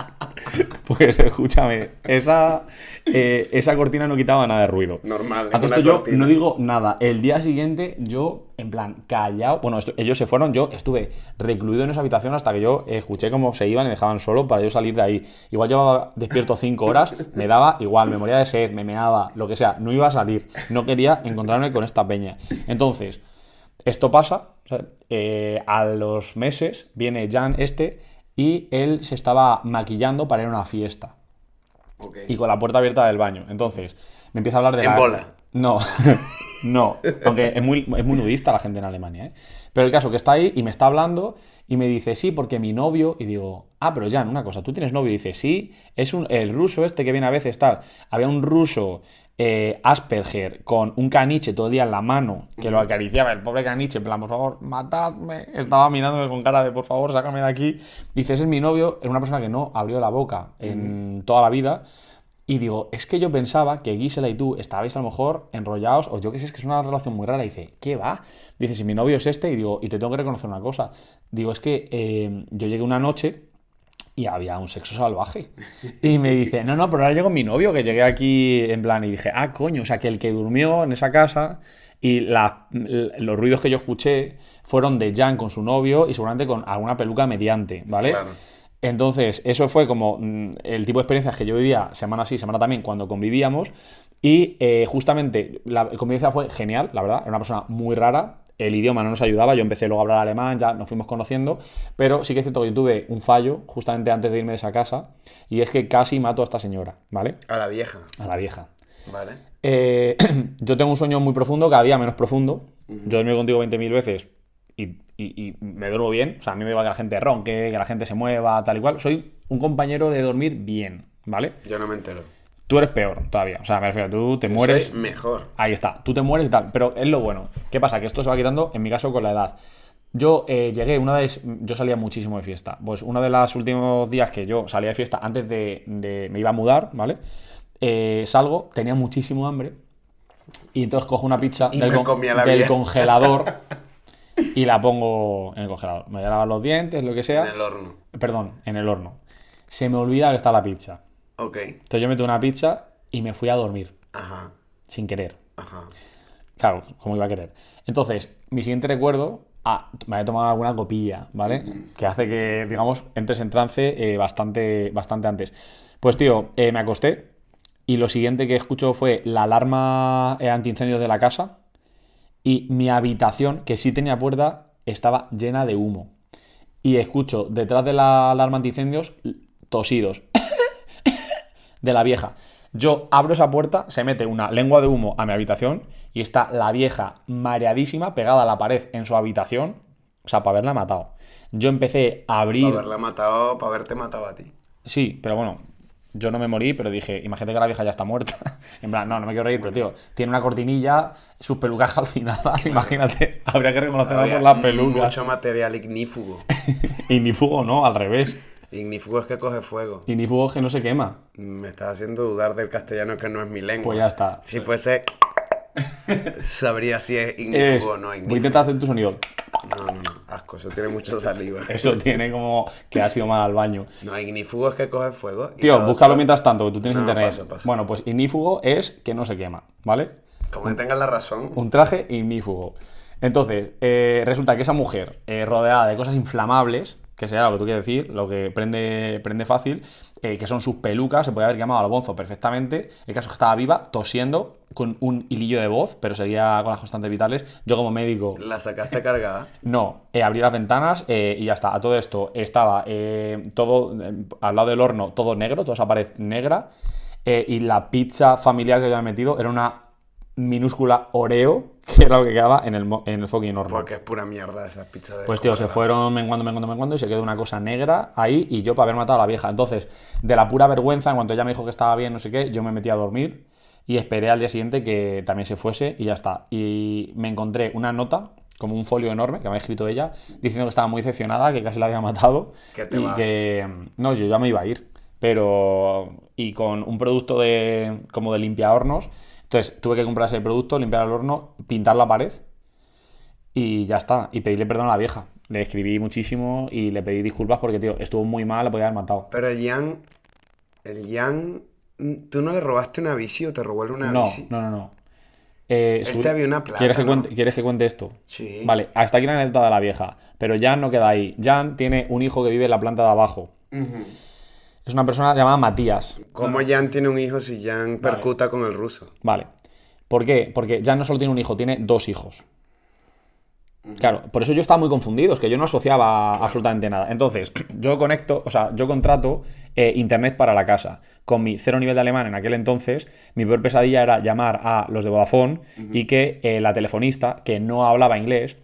Pues escúchame, esa, eh, esa cortina no quitaba nada de ruido.
Normal,
A
es
todo
una
esto yo
cortina.
no digo nada. El día siguiente yo, en plan, callado. Bueno, esto- ellos se fueron, yo estuve recluido en esa habitación hasta que yo escuché cómo se iban y dejaban solo para yo salir de ahí. Igual llevaba despierto cinco horas, me daba igual, me moría de sed, me meaba, lo que sea. No iba a salir, no quería encontrarme con esta peña. Entonces, esto pasa, ¿sabes? Eh, a los meses viene Jan este y él se estaba maquillando para ir a una fiesta
Ok.
y con la puerta abierta del baño. Entonces, me empieza a hablar de
En
la...
bola.
No, <laughs> no, aunque es muy, es muy nudista la gente en Alemania, ¿eh? Pero el caso que está ahí y me está hablando y me dice, sí, porque mi novio, y digo, ah, pero Jan, una cosa, tú tienes novio, y dice, sí, es un, el ruso este que viene a veces tal. Había un ruso eh, Asperger con un caniche todo el día en la mano que lo acariciaba, el pobre caniche, en plan, por favor, matadme, estaba mirándome con cara de, por favor, sácame de aquí. Dice, ese es mi novio, era una persona que no abrió la boca en toda la vida. Y digo, es que yo pensaba que Gisela y tú estabais a lo mejor enrollados, o yo qué sé, es que es una relación muy rara. Y dice, ¿qué va? Dice, si mi novio es este, y digo, y te tengo que reconocer una cosa. Digo, es que eh, yo llegué una noche y había un sexo salvaje. Y me dice, no, no, pero ahora llego mi novio, que llegué aquí en plan, y dije, ah, coño, o sea, que el que durmió en esa casa y la- l- los ruidos que yo escuché fueron de Jan con su novio y seguramente con alguna peluca mediante, ¿vale?
Claro.
Entonces, eso fue como mm, el tipo de experiencias que yo vivía semana sí, semana también, cuando convivíamos. Y eh, justamente la convivencia fue genial, la verdad. Era una persona muy rara. El idioma no nos ayudaba. Yo empecé luego a hablar alemán, ya nos fuimos conociendo. Pero sí que es cierto que yo tuve un fallo justamente antes de irme de esa casa. Y es que casi mato a esta señora, ¿vale?
A la vieja.
A la vieja.
Vale.
Eh, <clears throat> yo tengo un sueño muy profundo, cada día menos profundo. Yo dormí contigo 20.000 veces y, y- y me duermo bien. O sea, a mí me va que la gente ronque, que la gente se mueva, tal y cual. Soy un compañero de dormir bien, ¿vale?
Yo no me entero.
Tú eres peor todavía. O sea, me refiero, tú te mueres.
Soy mejor.
Ahí está, tú te mueres y tal. Pero es lo bueno. ¿Qué pasa? Que esto se va quitando, en mi caso, con la edad. Yo eh, llegué, una vez, yo salía muchísimo de fiesta. Pues uno de los últimos días que yo salía de fiesta, antes de, de- me iba a mudar, ¿vale? Eh, salgo, tenía muchísimo hambre. Y entonces cojo una pizza
Y
del,
me comía la
del
vieja. <laughs>
congelador y la pongo en el congelador. Me voy a lavar los dientes, lo que sea.
En el horno.
Perdón, en el horno. Se me olvida que está la pizza.
Ok.
Entonces yo meto una pizza y me fui a dormir,
Ajá.
sin querer.
Ajá.
Claro, como iba a querer. Entonces, mi siguiente recuerdo. Ah, me había tomado alguna copilla, ¿vale? Que hace que, digamos, entres en trance eh, bastante, bastante antes. Pues, tío, eh, me acosté y lo siguiente que escucho fue la alarma eh, antiincendios de la casa y mi habitación, que sí tenía puerta, estaba llena de humo. Y escucho detrás de la alarma antiincendios l- tosidos <coughs> de la vieja. Yo abro esa puerta, se mete una lengua de humo a mi habitación y está la vieja mareadísima pegada a la pared en su habitación. O sea, para haberla matado. Yo empecé a
Para
abrir.
haberla matado, para haberte matado a ti.
Sí, pero bueno, yo no me morí, pero dije, imagínate que la vieja ya está muerta. <laughs> En plan, no, no me quiero reír, pero tío, tiene una cortinilla, sus pelucas <laughs> calcinadas, imagínate, habría que reconocerla
Había
por la peluca.
Mucho material
<laughs>
ignífugo.
Y ni fuego, no, al revés.
ignífugo es que coge fuego.
Y ni fuego es que no se quema.
Me estás haciendo dudar del castellano que no es mi lengua.
Pues ya está.
Si
<laughs>
fuese. sabría si es
Es-
ignífugo o no
voy a
ignífugo.
intentar hacer
<laughs>
tu sonido.
No, no, no. Asco, eso tiene mucha saliva.
Eso tiene como que ha sido mal al
<laughs>
baño.
No, ignífugo es que coge fuego. y
Tío,
lo
búscalo
otro-
mientras tanto, que tú tienes
No,
internet.
paso, paso.
Bueno, pues ignífugo es que no se quema, ¿vale?
Como que tengas la razón.
un traje ignífugo. Entonces, eh, resulta que esa mujer, eh, rodeada de cosas inflamables, que sea lo que tú quieres decir, lo que prende, prende fácil, eh, que son sus pelucas, se puede haber llamado Alfonso perfectamente. El caso es que estaba viva, tosiendo, con un hilillo de voz, pero seguía con las constantes vitales. Yo como médico
La sacaste cargada.
no, eh, abrí las ventanas eh, y ya está. A todo esto estaba eh, todo eh, al lado del horno, todo negro, toda esa pared negra. eh, y la pizza familiar que había metido era una minúscula Oreo, <laughs> que era lo que quedaba en el, mo- en el fucking horno.
Porque es pura mierda esas pizzas de.
Pues tío, se
cosas.
fueron menguando, menguando, menguando y se quedó una cosa negra ahí y yo para haber matado a la vieja. Entonces, de la pura vergüenza, en cuanto ella me dijo que estaba bien, no sé qué, yo me metí a dormir y esperé al día siguiente que también se fuese y ya está. Y me encontré una nota, como un folio enorme que me había escrito ella, diciendo que estaba muy decepcionada, que casi la había matado
Que te
y
vas.
que... No, yo ya me iba a ir, pero... Y con un producto de como de limpia hornos. Entonces, tuve que comprar ese producto, limpiar el horno, pintar la pared y ya está. Y pedirle perdón a la vieja. Le escribí muchísimo y le pedí disculpas porque, tío, estuvo muy mal, la podía haber matado.
Pero el Jan. El Jan. mm, ¿Tú no le robaste una bici o te robó él una
No,
bici?
no, no, no. Eh,
Este
Sur,
había una placa,
¿quieres que,
¿no?
cuente, ¿Quieres que cuente esto?
Sí.
Vale, hasta aquí la anécdota de la vieja. Pero Jan no queda ahí. Jan tiene un hijo que vive en la planta de abajo. Es una persona llamada Matías.
¿Cómo Jan tiene un hijo si Jan percuta con el ruso?
Vale. ¿Por qué? Porque Jan no solo tiene un hijo, tiene dos hijos. Claro, por eso yo estaba muy confundido, es que yo no asociaba absolutamente nada. Entonces, yo conecto, o sea, yo contrato eh, internet para la casa. Con mi cero nivel de alemán en aquel entonces, mi peor pesadilla era llamar a los de Vodafone y que eh, la telefonista, que no hablaba inglés,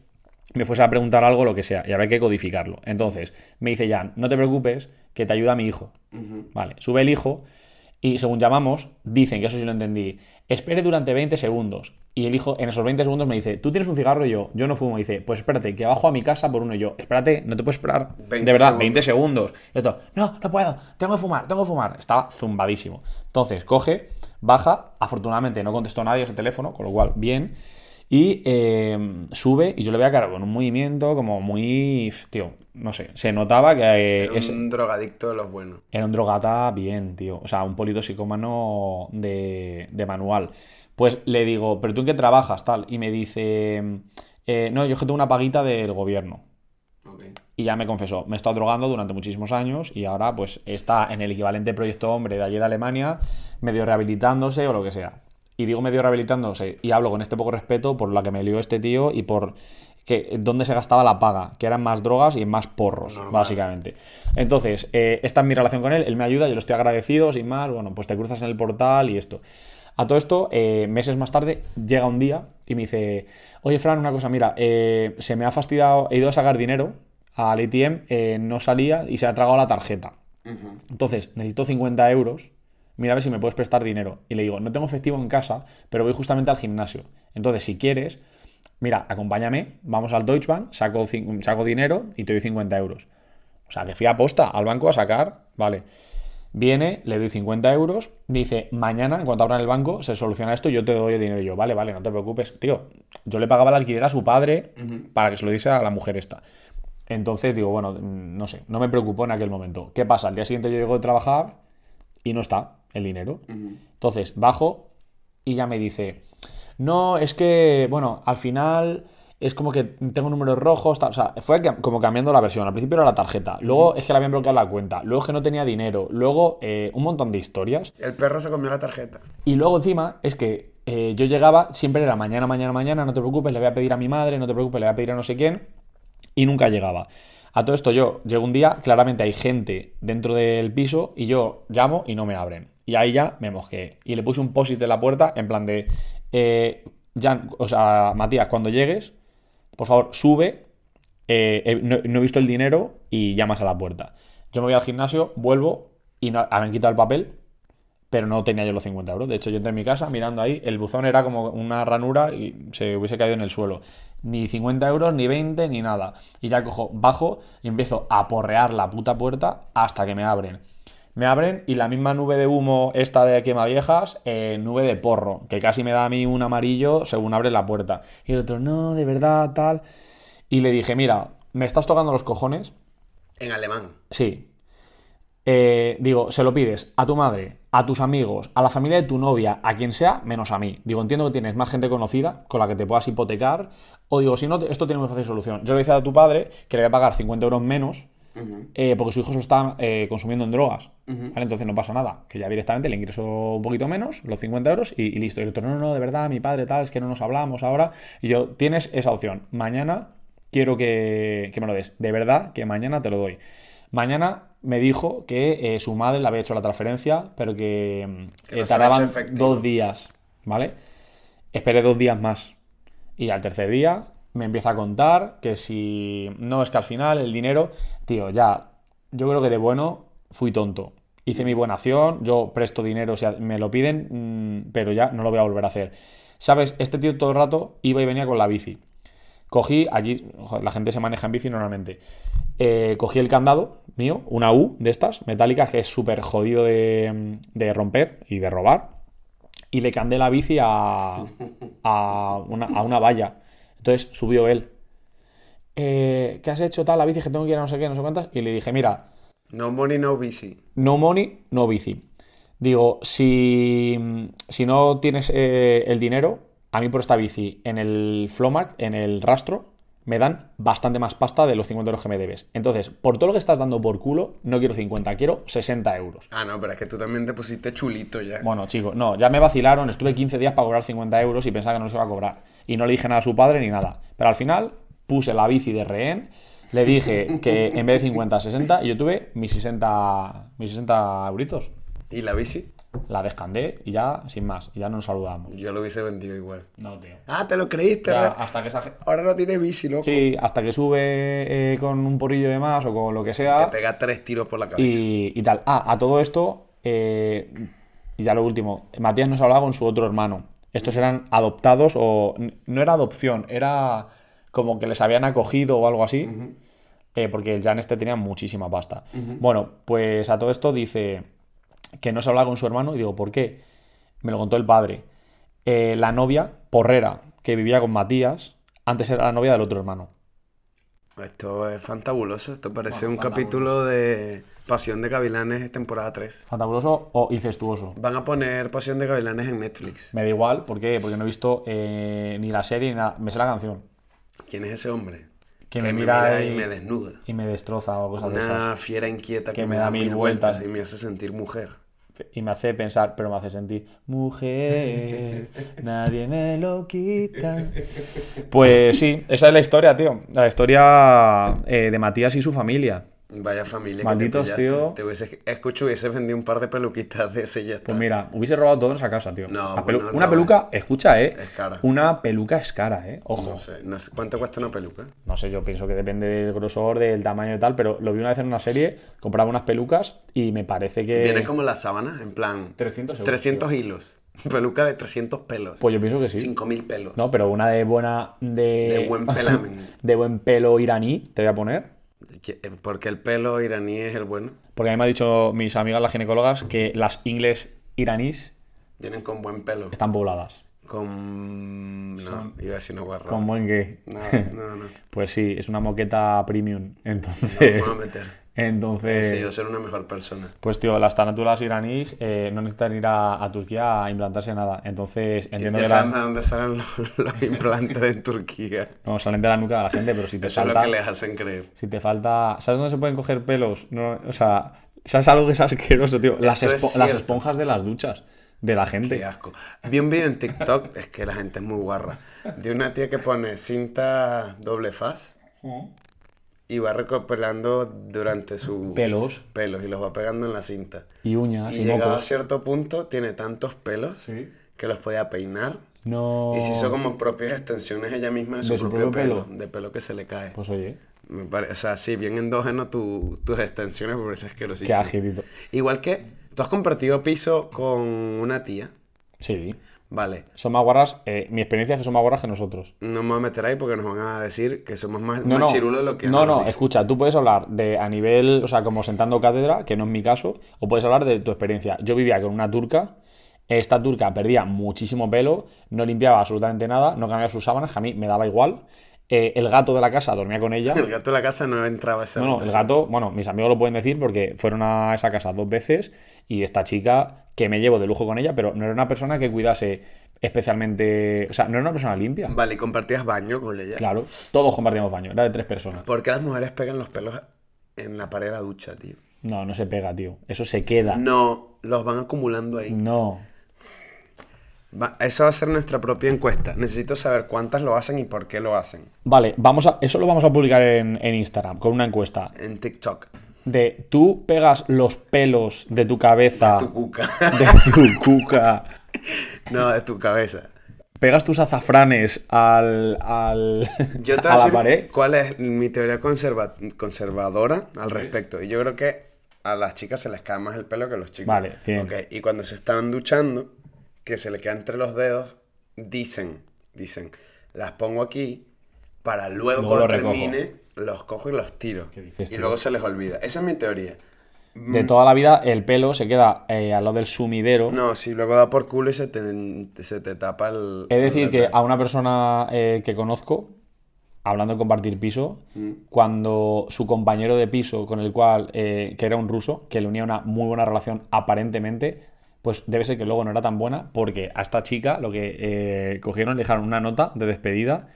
me fuese a preguntar algo, lo que sea, y había que codificarlo. Entonces, me dice Jan, no te preocupes, que te ayuda mi hijo. Vale, sube el hijo y según llamamos, dicen, que eso sí lo entendí, espere durante 20 segundos. Y el hijo en esos 20 segundos me dice, tú tienes un cigarro y yo, yo no fumo. Y dice, pues espérate, que bajo a mi casa por uno y yo, espérate, no te puedo esperar.
20
de verdad,
segundos.
20 segundos. Y otro, no, no puedo, tengo que fumar, tengo que fumar. Estaba zumbadísimo. Entonces, coge, baja, afortunadamente no contestó nadie ese teléfono, con lo cual, bien. Y eh, sube y yo le voy a cargar con un movimiento como muy... Tío, no sé, se notaba que... eh,
Era
ese-
un drogadicto de los buenos.
era un drogata bien, tío. O sea, un politoxicómano de, de manual. Pues le digo, ¿pero tú en qué trabajas? Tal. Y me dice, eh, no, yo es que tengo una paguita del gobierno. Y ya me confesó, me he estado drogando durante muchísimos años y ahora pues está en el equivalente proyecto hombre de allí de Alemania, medio rehabilitándose o lo que sea. Y digo medio rehabilitándose y hablo con este poco respeto por la que me lió este tío y por que dónde se gastaba la paga, que eran más drogas y en más porros, básicamente. Entonces, eh, esta es mi relación con él, él me ayuda, yo lo estoy agradecido, sin más, bueno, pues te cruzas en el portal y esto. A todo esto, eh, meses más tarde, llega un día y me dice, oye Fran, una cosa, mira, eh, se me ha fastidiado, he ido a sacar dinero al ATM, eh, no salía y se ha tragado la tarjeta. Entonces, necesito 50 euros, mira a ver si me puedes prestar dinero. Y le digo, no tengo efectivo en casa, pero voy justamente al gimnasio. Entonces, si quieres, mira, acompáñame, vamos al Deutsche Bank, saco, cin- saco dinero y te doy 50 euros. O sea, que fui a posta al banco a sacar, vale. Viene, le doy 50 euros, me dice, mañana, en cuanto abran el banco, se soluciona esto, yo te doy el dinero. Y yo, vale, vale, no te preocupes. Tío, yo le pagaba el alquiler a su padre para que se lo diese a la mujer esta. Entonces digo, bueno, mm, no sé, no me preocupó en aquel momento. ¿Qué pasa? Al día siguiente yo llego de trabajar y no está el dinero. Entonces bajo y ya me dice, no, es que, bueno, al final es como que tengo números rojos, tal". o sea, fue ca- como cambiando la versión. Al principio era la tarjeta, luego es que la habían bloqueado la cuenta, luego es que no tenía dinero, luego eh, un montón de historias.
El perro se comió la tarjeta.
Y luego encima es que eh, yo llegaba, siempre era mañana, mañana, mañana, no te preocupes, le voy a pedir a mi madre, no te preocupes, le voy a pedir a no sé quién, y nunca llegaba. A todo esto yo llego un día, claramente hay gente dentro del piso y yo llamo y no me abren. Y ahí ya me mosqué. Y le puse un post-it en la puerta en plan de, eh, Jan, o sea, Matías, cuando llegues, por favor, sube, eh, eh, no, no he visto el dinero y llamas a la puerta. Yo me voy al gimnasio, vuelvo y no, habían quitado el papel, pero no tenía yo los 50 euros. De hecho, yo entré en mi casa mirando ahí, el buzón era como una ranura y se hubiese caído en el suelo. Ni 50 euros, ni 20, ni nada. Y ya cojo, bajo y empiezo a porrear la puta puerta hasta que me abren. Me abren y la misma nube de humo, esta de quema viejas, eh, nube de porro, que casi me da a mí un amarillo según abre la puerta. Y el otro, no, de verdad, tal. Y le dije, mira, me estás tocando los cojones,
En alemán.
Sí. Eh, digo, se lo pides a tu madre, a tus amigos, a la familia de tu novia, a quien sea, menos a mí. Digo, entiendo que tienes más gente conocida con la que te puedas hipotecar. O digo, si no, te- esto tiene una fácil solución. Yo le hice a tu padre que le voy a pagar 50 euros menos
Ujú.
eh, porque su hijo se lo está eh, consumiendo en drogas. ¿vale? Entonces no pasa nada, que ya directamente le ingreso un poquito menos, los 50 euros, y, y listo. Y el otro, no, no, de verdad, mi padre tal, es que no nos hablamos ahora. Y yo, tienes esa opción. Mañana quiero que, que me lo des. De verdad que mañana te lo doy. Mañana me dijo que eh, su madre le había hecho la transferencia, pero que, mm,
Que no se le
eh,
ha
tardaban
hecho efectivo.
dos días, ¿vale? Esperé dos días más. Y al tercer día me empieza a contar que si no es que al final el dinero, tío, ya, yo creo que de bueno fui tonto. Hice mi buena acción, yo presto dinero, o sea, me lo piden, mm, pero ya no lo voy a volver a hacer. ¿Sabes? Este tío todo el rato iba y venía con la bici. Cogí, allí joder, la gente se maneja en bici normalmente. Eh, cogí el candado mío, una U de estas, metálicas, que es súper jodido de, de romper y de robar. Y le candé la bici a, a, una, a una valla. Entonces subió él. Eh, ¿Qué has hecho tal? La bici que tengo que ir a no sé qué, no sé cuántas. Y le dije, mira,
No money, no bici.
no money, no bici. Digo, si, si no tienes eh, el dinero, a mí por esta bici en el Flomark, en el rastro, me dan bastante más pasta de los 50 euros que me debes. Entonces, por todo lo que estás dando por culo, no quiero 50, quiero 60 euros.
Ah, no, pero es que tú también te pusiste chulito ya.
Bueno, chicos, no, ya me vacilaron, estuve 15 días para cobrar 50 euros y pensaba que no los iba a cobrar. Y no le dije nada a su padre ni nada. Pero al final puse la bici de rehén, le dije que en vez de 50, 60, y yo tuve mis 60, mis 60 euritos.
¿Y la bici?
La descandé y ya, sin más, y ya no nos saludamos.
Yo lo hubiese vendido igual.
No, tío.
Ah, te lo creíste.
Ya,
¿verdad?
hasta que esa ge-
Ahora no tiene bici, loco.
Sí, hasta que sube eh, con un porrillo de más o con lo que sea.
Te pega tres tiros por la cabeza.
y, y tal. Ah, a todo esto, eh, y ya lo último, Matías nos hablaba con su otro hermano. Estos eran adoptados o n- no era adopción, era como que les habían acogido o algo así, eh, porque el Jan este tenía muchísima pasta. Bueno, pues a todo esto dice que no se hablaba con su hermano y digo, ¿por qué? Me lo contó el padre. Eh, la novia, Porrera, que vivía con Matías, antes era la novia del otro hermano.
Esto es fantabuloso. Esto parece
Bueno,
un capítulo de Pasión de Gavilanes, temporada 3.
Fantabuloso o incestuoso.
Van a poner Pasión de Gavilanes en Netflix.
Me da igual, ¿por qué? Porque no he visto eh, ni la serie ni nada. Me sé la canción.
¿Quién es ese hombre?
Que me mira
y
y-
me desnuda.
Y me destroza o cosas de
Una
esas.
fiera inquieta que,
Que me da mil vueltas.
y me hace sentir mujer.
Y me hace pensar, pero me hace sentir. Mujer, nadie me lo quita. Pues sí, esa es la historia, tío. La historia eh, de Matías y su familia.
Vaya familia
Malditos,
que te pillaste.
tío.
Te hubiese, escucho, hubiese vendido un par de peluquitas de ese y ya está.
Pues mira, hubiese robado todo en esa casa, tío.
No,
La
bueno,
una
no,
peluca, escucha, ¿eh?
Es cara.
Una peluca es cara, ¿eh? Ojo.
No sé, no sé, ¿cuánto cuesta una peluca?
no sé, yo pienso que depende del grosor, del tamaño y tal, pero lo vi una vez en una serie, compraba unas pelucas y me parece que...
Viene como la sábana, en plan...
300 euros,
300 hilos. <laughs> Peluca de 300 pelos.
Pues yo pienso que sí.
5000 pelos.
No, pero una de buena... De,
De
<laughs>
buen pelamen.
de buen pelo iraní, te voy a poner.
Que- eh, Porque el pelo iraní es el bueno.
Porque a mí me han dicho mis amigas las ginecólogas que las ingles iraníes
Vienen con buen pelo.
están pobladas.
Con... No, iba a decir una guarra.
Con buen gay. <laughs>
No, no, no.
Pues sí, es una moqueta premium. <laughs> Entonces...
Vamos a meter.
entonces...
Sí, yo ser una mejor persona.
Pues tío, las tarántulas iraníes eh, no necesitan ir a, a Turquía a implantarse nada. Entonces entiendo
Ya
que
saben
la,
de dónde salen los,
<laughs>
los implantes en Turquía.
no, salen de la nuca de la gente, pero si te
Eso es
falta.
lo que les hacen creer.
Si te falta. ¿Sabes dónde se pueden coger pelos? No, o sea, ¿sabes algo que es asqueroso, tío? Las,
Esto es
espo- las
cierto.
esponjas de las duchas de la
Qué
gente.
asco. Vi un video en TikTok, es que la gente es muy guarra, de una tía que pone cinta doble faz y va recopilando durante su
Pelos
pelos y los va pegando en la cinta.
y uñas
y
y,
llegado a
mocos.
cierto punto tiene tantos pelos
pues. Sí. Oh.
que los podía peinar
No.
y se hizo como propias extensiones ella misma de su, propio, pelo, de pelo que se le cae.
Pues oye,
Me pare- O sea, sí, bien endógeno tu- tus extensiones, pero es
qué
asquerosísimo.
ágilito.
Igual que tú has compartido piso con una tía,
Sí.
vale.
Son más guarras. eh, mi experiencia es que son más guarras que nosotros.
No me voy a meter ahí porque nos van a decir que somos más,
No,
más
no,
chirulos de lo que
no,
nos
no,
dicen.
escucha, tú puedes hablar de a nivel, o sea, como sentando cátedra, que no es mi caso, o puedes hablar de tu experiencia. Yo vivía con una turca, esta turca perdía muchísimo pelo, no limpiaba absolutamente nada, no cambiaba sus sábanas, que a mí me daba igual. Eh, el gato de la casa dormía
<laughs>
con ella.
El gato de la casa no entraba a esa
No, no, el
habitación.
gato, bueno, mis amigos lo pueden decir porque fueron a esa casa dos veces y esta chica, que me llevo de lujo con ella, pero no era una persona que cuidase especialmente, o sea, no era una persona limpia.
Vale, y compartías baño con ella.
Claro, todos compartíamos baño, era de tres personas.
¿Por qué las mujeres pegan los pelos en la pared de la ducha, tío.
No, no se pega, tío. Eso se queda. No.
No, los van acumulando ahí. Va- esa va a ser nuestra propia encuesta. Necesito saber cuántas lo hacen y por qué lo hacen.
Vale, vamos a, eso lo vamos a publicar en, en Instagram con una encuesta.
En TikTok.
De tú pegas los pelos de tu cabeza,
Tu cuca. <laughs>
de tu cuca,
no, de tu cabeza.
pegas tus azafranes al, al,
Yo te voy
a la
decir
pared.
cuál es mi teoría conserva- conservadora al respecto. Y yo creo que a las chicas se les cae más el pelo que a los chicos.
Vale, cien.
Ok, Y cuando se están duchando, que se le queda entre los dedos, dicen, dicen, las pongo aquí para luego,
Luego lo
cuando
recojo.
termine, los cojo y los tiro.
¿Qué dices,
y
tío?
luego se les olvida. Esa es mi teoría. mm,
De toda la vida el pelo se queda eh, al lado del sumidero.
No, si luego da por culo y se te, se te tapa el...
Es decir,
el-
que a una persona eh, que conozco, hablando de compartir piso, cuando su compañero de piso, con el cual, eh, que era un ruso, que le unía una muy buena relación aparentemente, pues debe ser que luego no era tan buena, porque a esta chica lo que eh, cogieron, le dejaron una nota de despedida,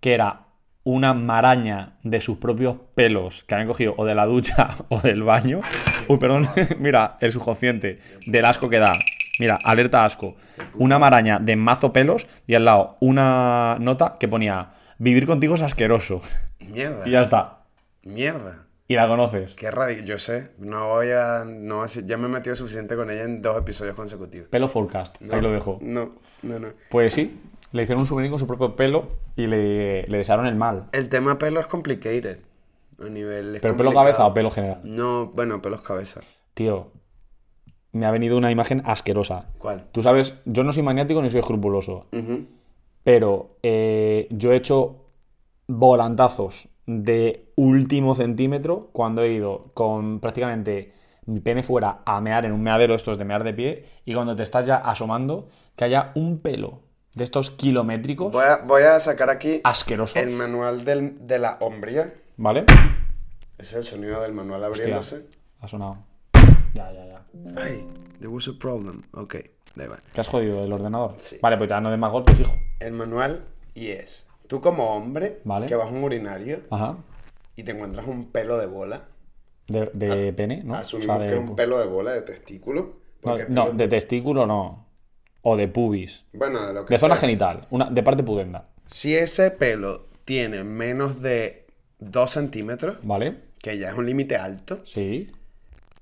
que era una maraña de sus propios pelos que habían cogido o de la ducha <laughs> o del baño. Uy, perdón, <laughs> mira, el subconsciente del asco que da. Mira, alerta asco. Una maraña de mazo pelos y al lado una nota que ponía vivir contigo es asqueroso.
Mierda,
Y ya está.
mierda.
Y la conoces.
Qué radio, yo sé, no voy a, no voy a decir- ya me he metido suficiente con ella en dos episodios consecutivos.
Pelo forecast. Ahí lo dejo.
No, no, no.
Pues sí, le hicieron un souvenir con su propio pelo y le, le desearon el mal.
El tema pelo es complicated. A nivel. es
¿Pero pelo
complicado.
cabeza o pelo general?
No, bueno, pelos cabeza.
Tío, me ha venido una imagen asquerosa.
¿Cuál?
Tú sabes, yo no soy maniático ni soy escrupuloso,
Ujú.
pero eh, yo he hecho volantazos de último centímetro cuando he ido con prácticamente mi pene fuera a mear en un meadero estos de mear de pie y cuando te estás ya asomando que haya un pelo de estos kilométricos
Voy a, voy a sacar aquí
asquerosos,
el manual del- de la hombría.
¿vale?
Ese es el sonido del manual abriéndose.
Ha sonado. Ya, ya, ya.
Ay, there was a problem. Ok, ahí va.
¿Te has jodido el ordenador?
Sí.
Vale, pues ya no de más golpes, hijo.
El manual y es. Tú como hombre
Vale.
que vas a un urinario
Ajá.
y te encuentras un pelo de bola.
De, de pene, ¿no? O sea,
Asumimos
de-
Ah, que es un pelo de bola de testículo.
No,
porque
no,
pelo-
de testículo no. O de pubis.
bueno, de lo que
De zona
sea.
genital, una, de parte pudenda.
Si ese pelo tiene menos de 2 centímetros,
¿Vale?
que ya es un límite alto,
Sí.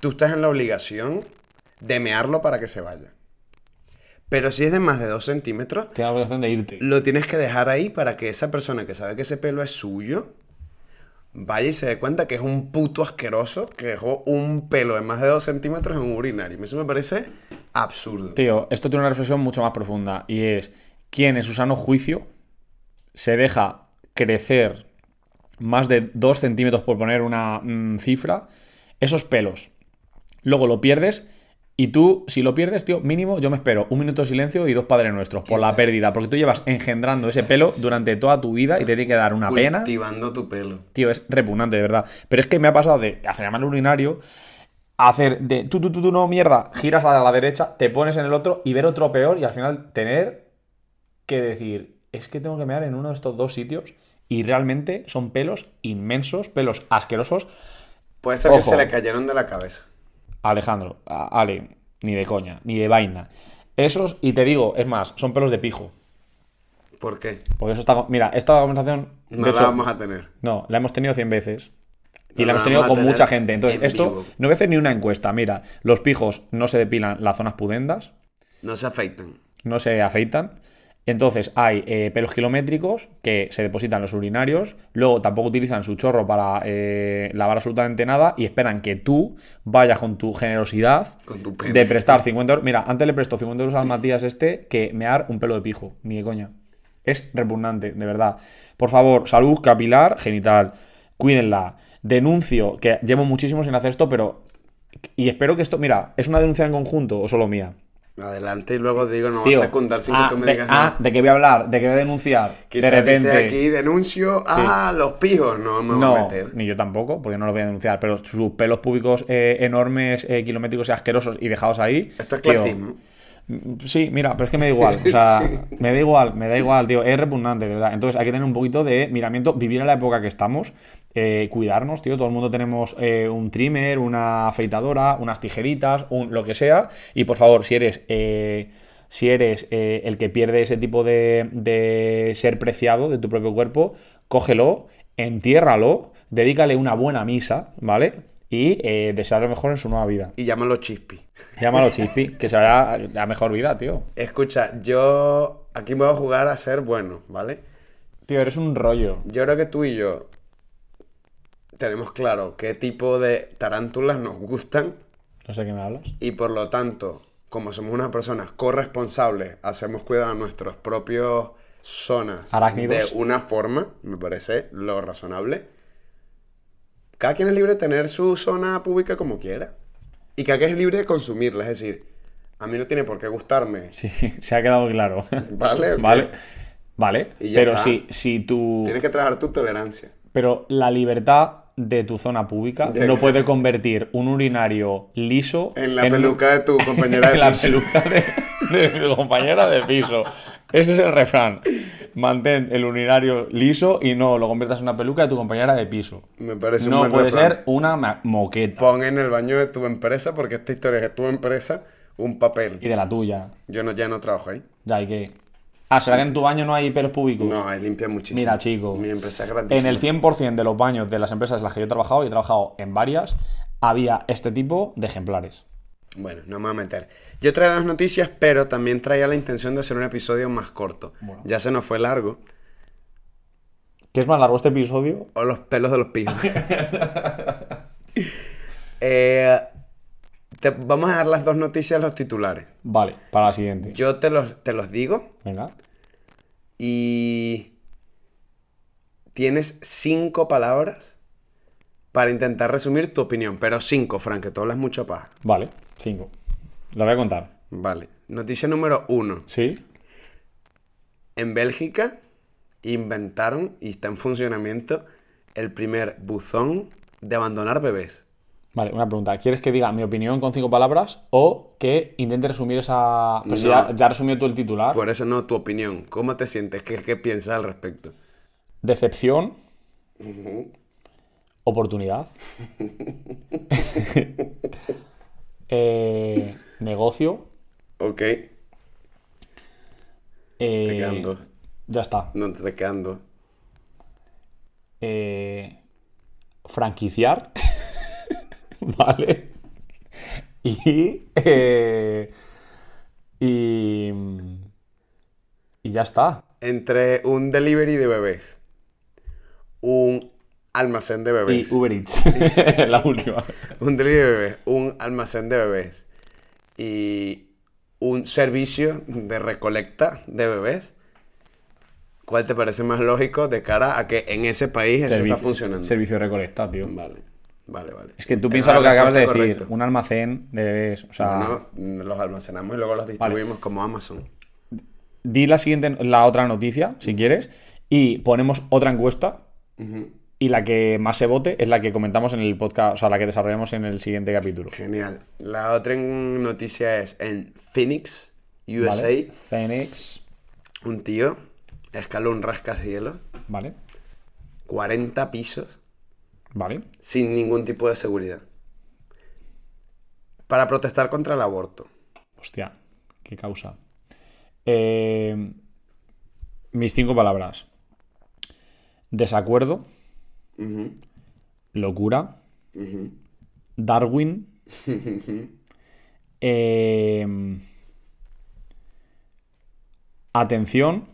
tú estás en la obligación de mearlo para que se vaya. Pero si es de más de 2 centímetros,
Tienes la obligación de irte.
lo tienes que dejar ahí para que esa persona que sabe que ese pelo es suyo vaya y se dé cuenta que es un puto asqueroso que dejó un pelo de más de 2 centímetros en un urinario. Eso me parece absurdo.
Tío, esto tiene una reflexión mucho más profunda y es quién en su sano juicio se deja crecer más de 2 centímetros por poner una mm, cifra, esos pelos. Luego lo pierdes y tú, si lo pierdes, tío, mínimo yo me espero un minuto de silencio y dos padres nuestros por la pérdida, porque tú llevas engendrando ese pelo durante toda tu vida y te tiene que dar una pena.
Cultivando tu pelo.
Tío, es repugnante, de verdad. Pero es que me ha pasado de hacer mal urinario, a hacer de tú, tú, tú, tú, no, mierda, giras a la derecha, te pones en el otro y ver otro peor y al final tener que decir, es que tengo que mear en uno de estos dos sitios y realmente son pelos inmensos, pelos asquerosos.
Puede ser que
Ojo.
se le cayeron de la cabeza.
Alejandro, a- Ale, ni de coña, ni de vaina. Esos, y te digo, es más, son pelos de pijo.
¿Por qué?
Porque eso está... Mira, esta conversación...
No
de
la
hecho,
vamos a tener.
No, la hemos tenido 100 veces. Y
No,
la
la
hemos tenido
vamos a
con
tener
mucha gente. Entonces,
en
esto
vivo.
no voy a hacer ni una encuesta. Mira, los pijos no se depilan las zonas pudendas,
No se afeitan.
no se afeitan. Entonces, hay eh, pelos kilométricos que se depositan en los urinarios. Luego, tampoco utilizan su chorro para eh, lavar absolutamente nada y esperan que tú vayas con tu generosidad
Con tu pene.
de prestar 50 euros. Mira, antes le presto 50 euros al Matías este que mear un pelo de pijo, ni de coña. Es repugnante, de verdad. Por favor, salud capilar, genital. Cuídenla. Denuncio, que llevo muchísimo sin hacer esto, pero. Y espero que esto. Mira, ¿es una denuncia en conjunto o solo mía?
Adelante y luego digo, no
Tío,
vas a contar sin
ah,
que tú me
de,
digas
ah,
nada.
¿de qué voy a hablar? ¿De qué voy a denunciar? de
Quizás dice
repente.
aquí denuncio a los pijos. No, me voy a
No,
meter.
ni yo tampoco, porque no los voy a denunciar, pero sus pelos públicos eh, enormes, eh, kilométricos y asquerosos y dejados ahí.
Esto es
tío,
clasismo.
Sí, mira, pero es que me da igual. O sea, me da igual, me da igual, tío. Es repugnante, de verdad. Entonces hay que tener un poquito de miramiento, vivir en la época que estamos, eh, cuidarnos, tío. Todo el mundo tenemos eh, un trimmer, una afeitadora, unas tijeritas, un lo que sea. Y por favor, si eres. eh, si eres eh, el que pierde ese tipo de, de ser preciado de tu propio cuerpo, cógelo, entiérralo, dedícale una buena misa, ¿vale? Y eh, desear lo mejor en su nueva vida.
Y llámalo chispi.
Llámalo Chispi, que se vaya a la mejor vida, tío.
Escucha, yo aquí me voy a jugar a ser bueno, ¿vale?
Tío, eres un rollo.
Yo creo que tú y yo tenemos claro qué tipo de tarántulas nos gustan
No sé qué me hablas.
y por lo tanto, como somos unas personas corresponsables, hacemos cuidado a nuestros propios zonas
Arácnidos.
de una forma, me parece lo razonable. Cada quien es libre de tener su zona pública como quiera. Y cada quien es libre de consumirla, es decir, a mí no tiene por qué gustarme,
<laughs> Sí, se ha quedado claro.
<laughs> ¿vale? ¿O qué?
Vale. Vale.
Y ya
Pero
está.
si, si tú.
Tienes que trabajar tu tolerancia.
Pero la libertad de tu zona pública
Ya.
no puede convertir un urinario liso
En la
un-
peluca de tu compañera de
<laughs> en la
piso.
peluca de, de tu compañera de piso. Ese es el refrán. Mantén el urinario liso y no lo conviertas en una peluca de tu compañera de piso.
Me parece un
No
buen
puede
refrán.
ser una ma- moqueta.
Pon en el baño de tu empresa, porque esta historia es de tu empresa, un
Y
papel.
de la tuya.
Yo no, ya no trabajo ahí.
Ya, ¿y qué? Ah, ¿será que en tu baño no hay pelos públicos?
No, ahí limpia muchísimo.
Mira, chico.
Mi empresa es
En
grandísima.
el 100% de los baños de las empresas en las que yo he trabajado, y he trabajado en varias, había este tipo de ejemplares.
Bueno, no me voy a meter. Yo traía las noticias, pero también traía la intención de hacer un episodio más corto. Ya se nos fue largo.
¿Qué es más largo este episodio?
O los pelos de los
<laughs>
pijos. Eh, te- vamos a dar las dos noticias, los titulares.
Vale, para la siguiente.
Yo te los, te los digo
Venga.
y tienes cinco palabras para intentar resumir tu opinión, pero cinco, Frank, que tú hablas mucho paja.
Vale, cinco. La voy a contar.
Vale. Noticia número uno.
¿Sí?
En Bélgica inventaron y está en funcionamiento el primer buzón de abandonar bebés.
Vale, una pregunta. ¿Quieres que diga mi opinión con cinco palabras o que intente resumir esa... Pero si
No.
ya, ya resumió tú el titular.
Por eso no, tu opinión. ¿Cómo te sientes? ¿Qué, qué piensas al respecto?
Decepción. <laughs> Oportunidad. Eh, negocio.
Ok,
eh,
te quedan dos.
ya está.
No te quedan dos.
Eh, franquiciar. <laughs> vale. Y, eh, y. Y ya está.
Entre un delivery de bebés, un almacén de bebés,
Y Uber Eats. <laughs> la última.
un delivery de bebés, un almacén de bebés y un servicio de recolecta de bebés. ¿Cuál te parece más lógico de cara a que en ese país eso está funcionando?
Servicio recolecta, tío.
Vale, vale, vale.
Es que tú
Es
piensas
la
lo que acabas de
respuesta
decir.
correcta.
Un almacén de bebés. O sea.
Bueno, mm, los almacenamos y luego los distribuimos como Amazon.
Di la siguiente, la otra noticia, si quieres. Y ponemos otra encuesta. Y la que más se vote es la que comentamos en el podcast, o sea, la que desarrollamos en el siguiente capítulo.
Genial. La otra en- noticia es en Phoenix, USA,
¿Vale? Phoenix.
un tío escaló un rascacielos,
Vale.
40 pisos,
Vale.
sin ningún tipo de seguridad. Para protestar contra el aborto.
Hostia, qué causa. Eh, mis cinco palabras. Desacuerdo. Locura. Darwin. eh, atención.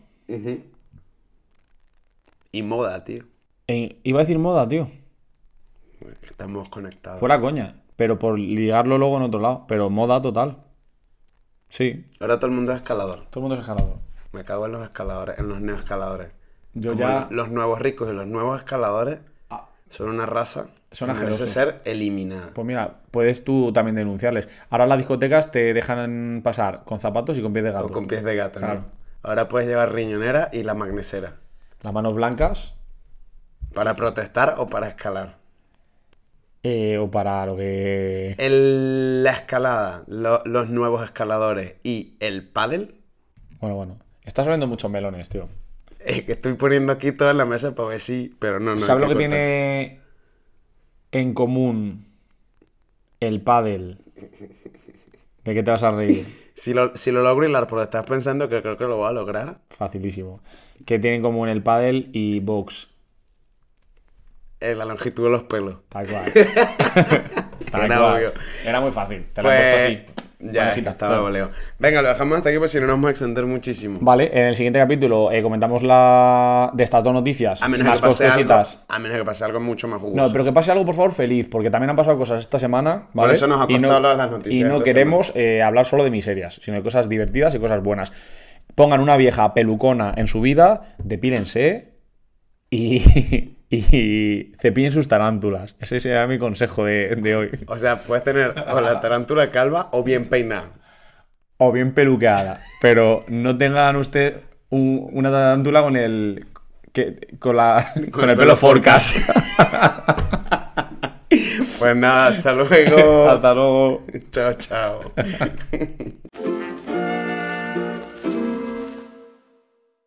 Y moda, tío.
e- iba a decir moda, tío.
Estamos conectados.
Fuera coña. Pero por ligarlo luego en otro lado. Pero moda total. Sí.
Ahora todo el mundo es escalador.
Todo el mundo es escalador.
Me cago en los escaladores, en los neoescaladores.
Yo
Como
ya.
lo- Los nuevos ricos y los nuevos escaladores
Ah.
son una raza
Son
que merece
asquerosos.
ser eliminada.
Pues mira, puedes tú también denunciarles. Ahora las discotecas te dejan pasar con zapatos y con pies de
O
gato.
con pies de gato, ¿no?
Claro.
Ahora puedes llevar riñonera y la magnesera.
Las manos blancas.
Para protestar o para escalar.
eh, o para lo que...
El- la escalada, lo- los nuevos escaladores y el pádel.
Bueno, bueno. Estás abriendo muchos melones, tío.
Es que estoy poniendo aquí toda la mesa para ver si, pero no, no.
¿Sabes lo
hay
que
cortar.
tiene en común el pádel? ¿De qué te vas
<laughs>
a reír?
Si lo, si lo logro hilar, porque estás pensando que creo que lo voy a lograr.
Facilísimo. ¿Qué tiene en común el pádel y box?
eh, la longitud de los pelos. <laughs>
Tal cual. Tal
Era
cual.
obvio.
Era muy fácil. Te lo
Pues,
he puesto así.
Ya,
Manejita,
estaba
claro.
voleo. Venga, lo dejamos hasta aquí porque si no nos vamos a extender muchísimo.
Vale, en el siguiente capítulo eh, comentamos la de estas dos noticias.
a menos
más
que pase algo,
cositas.
A menos que pase algo mucho más jugoso.
No, pero que pase algo, por favor, feliz, porque también han pasado cosas esta semana. ¿vale?
eso nos ha
Y no-
costado hablar las noticias
Y no
esta
queremos eh, hablar solo de miserias, sino de cosas divertidas y cosas buenas. Pongan una vieja pelucona en su vida, depílense y, <laughs> y cepillen sus tarántulas. Ese será mi consejo de, de hoy.
O sea, puedes tener o la tarántula calva o bien peinada.
O bien peluqueada, pero no tengan usted un- una tarántula con el. que- con, la, con, el, pelo forcas.
<laughs> Pues nada, hasta luego.
<laughs> Hasta luego.
chao, chao.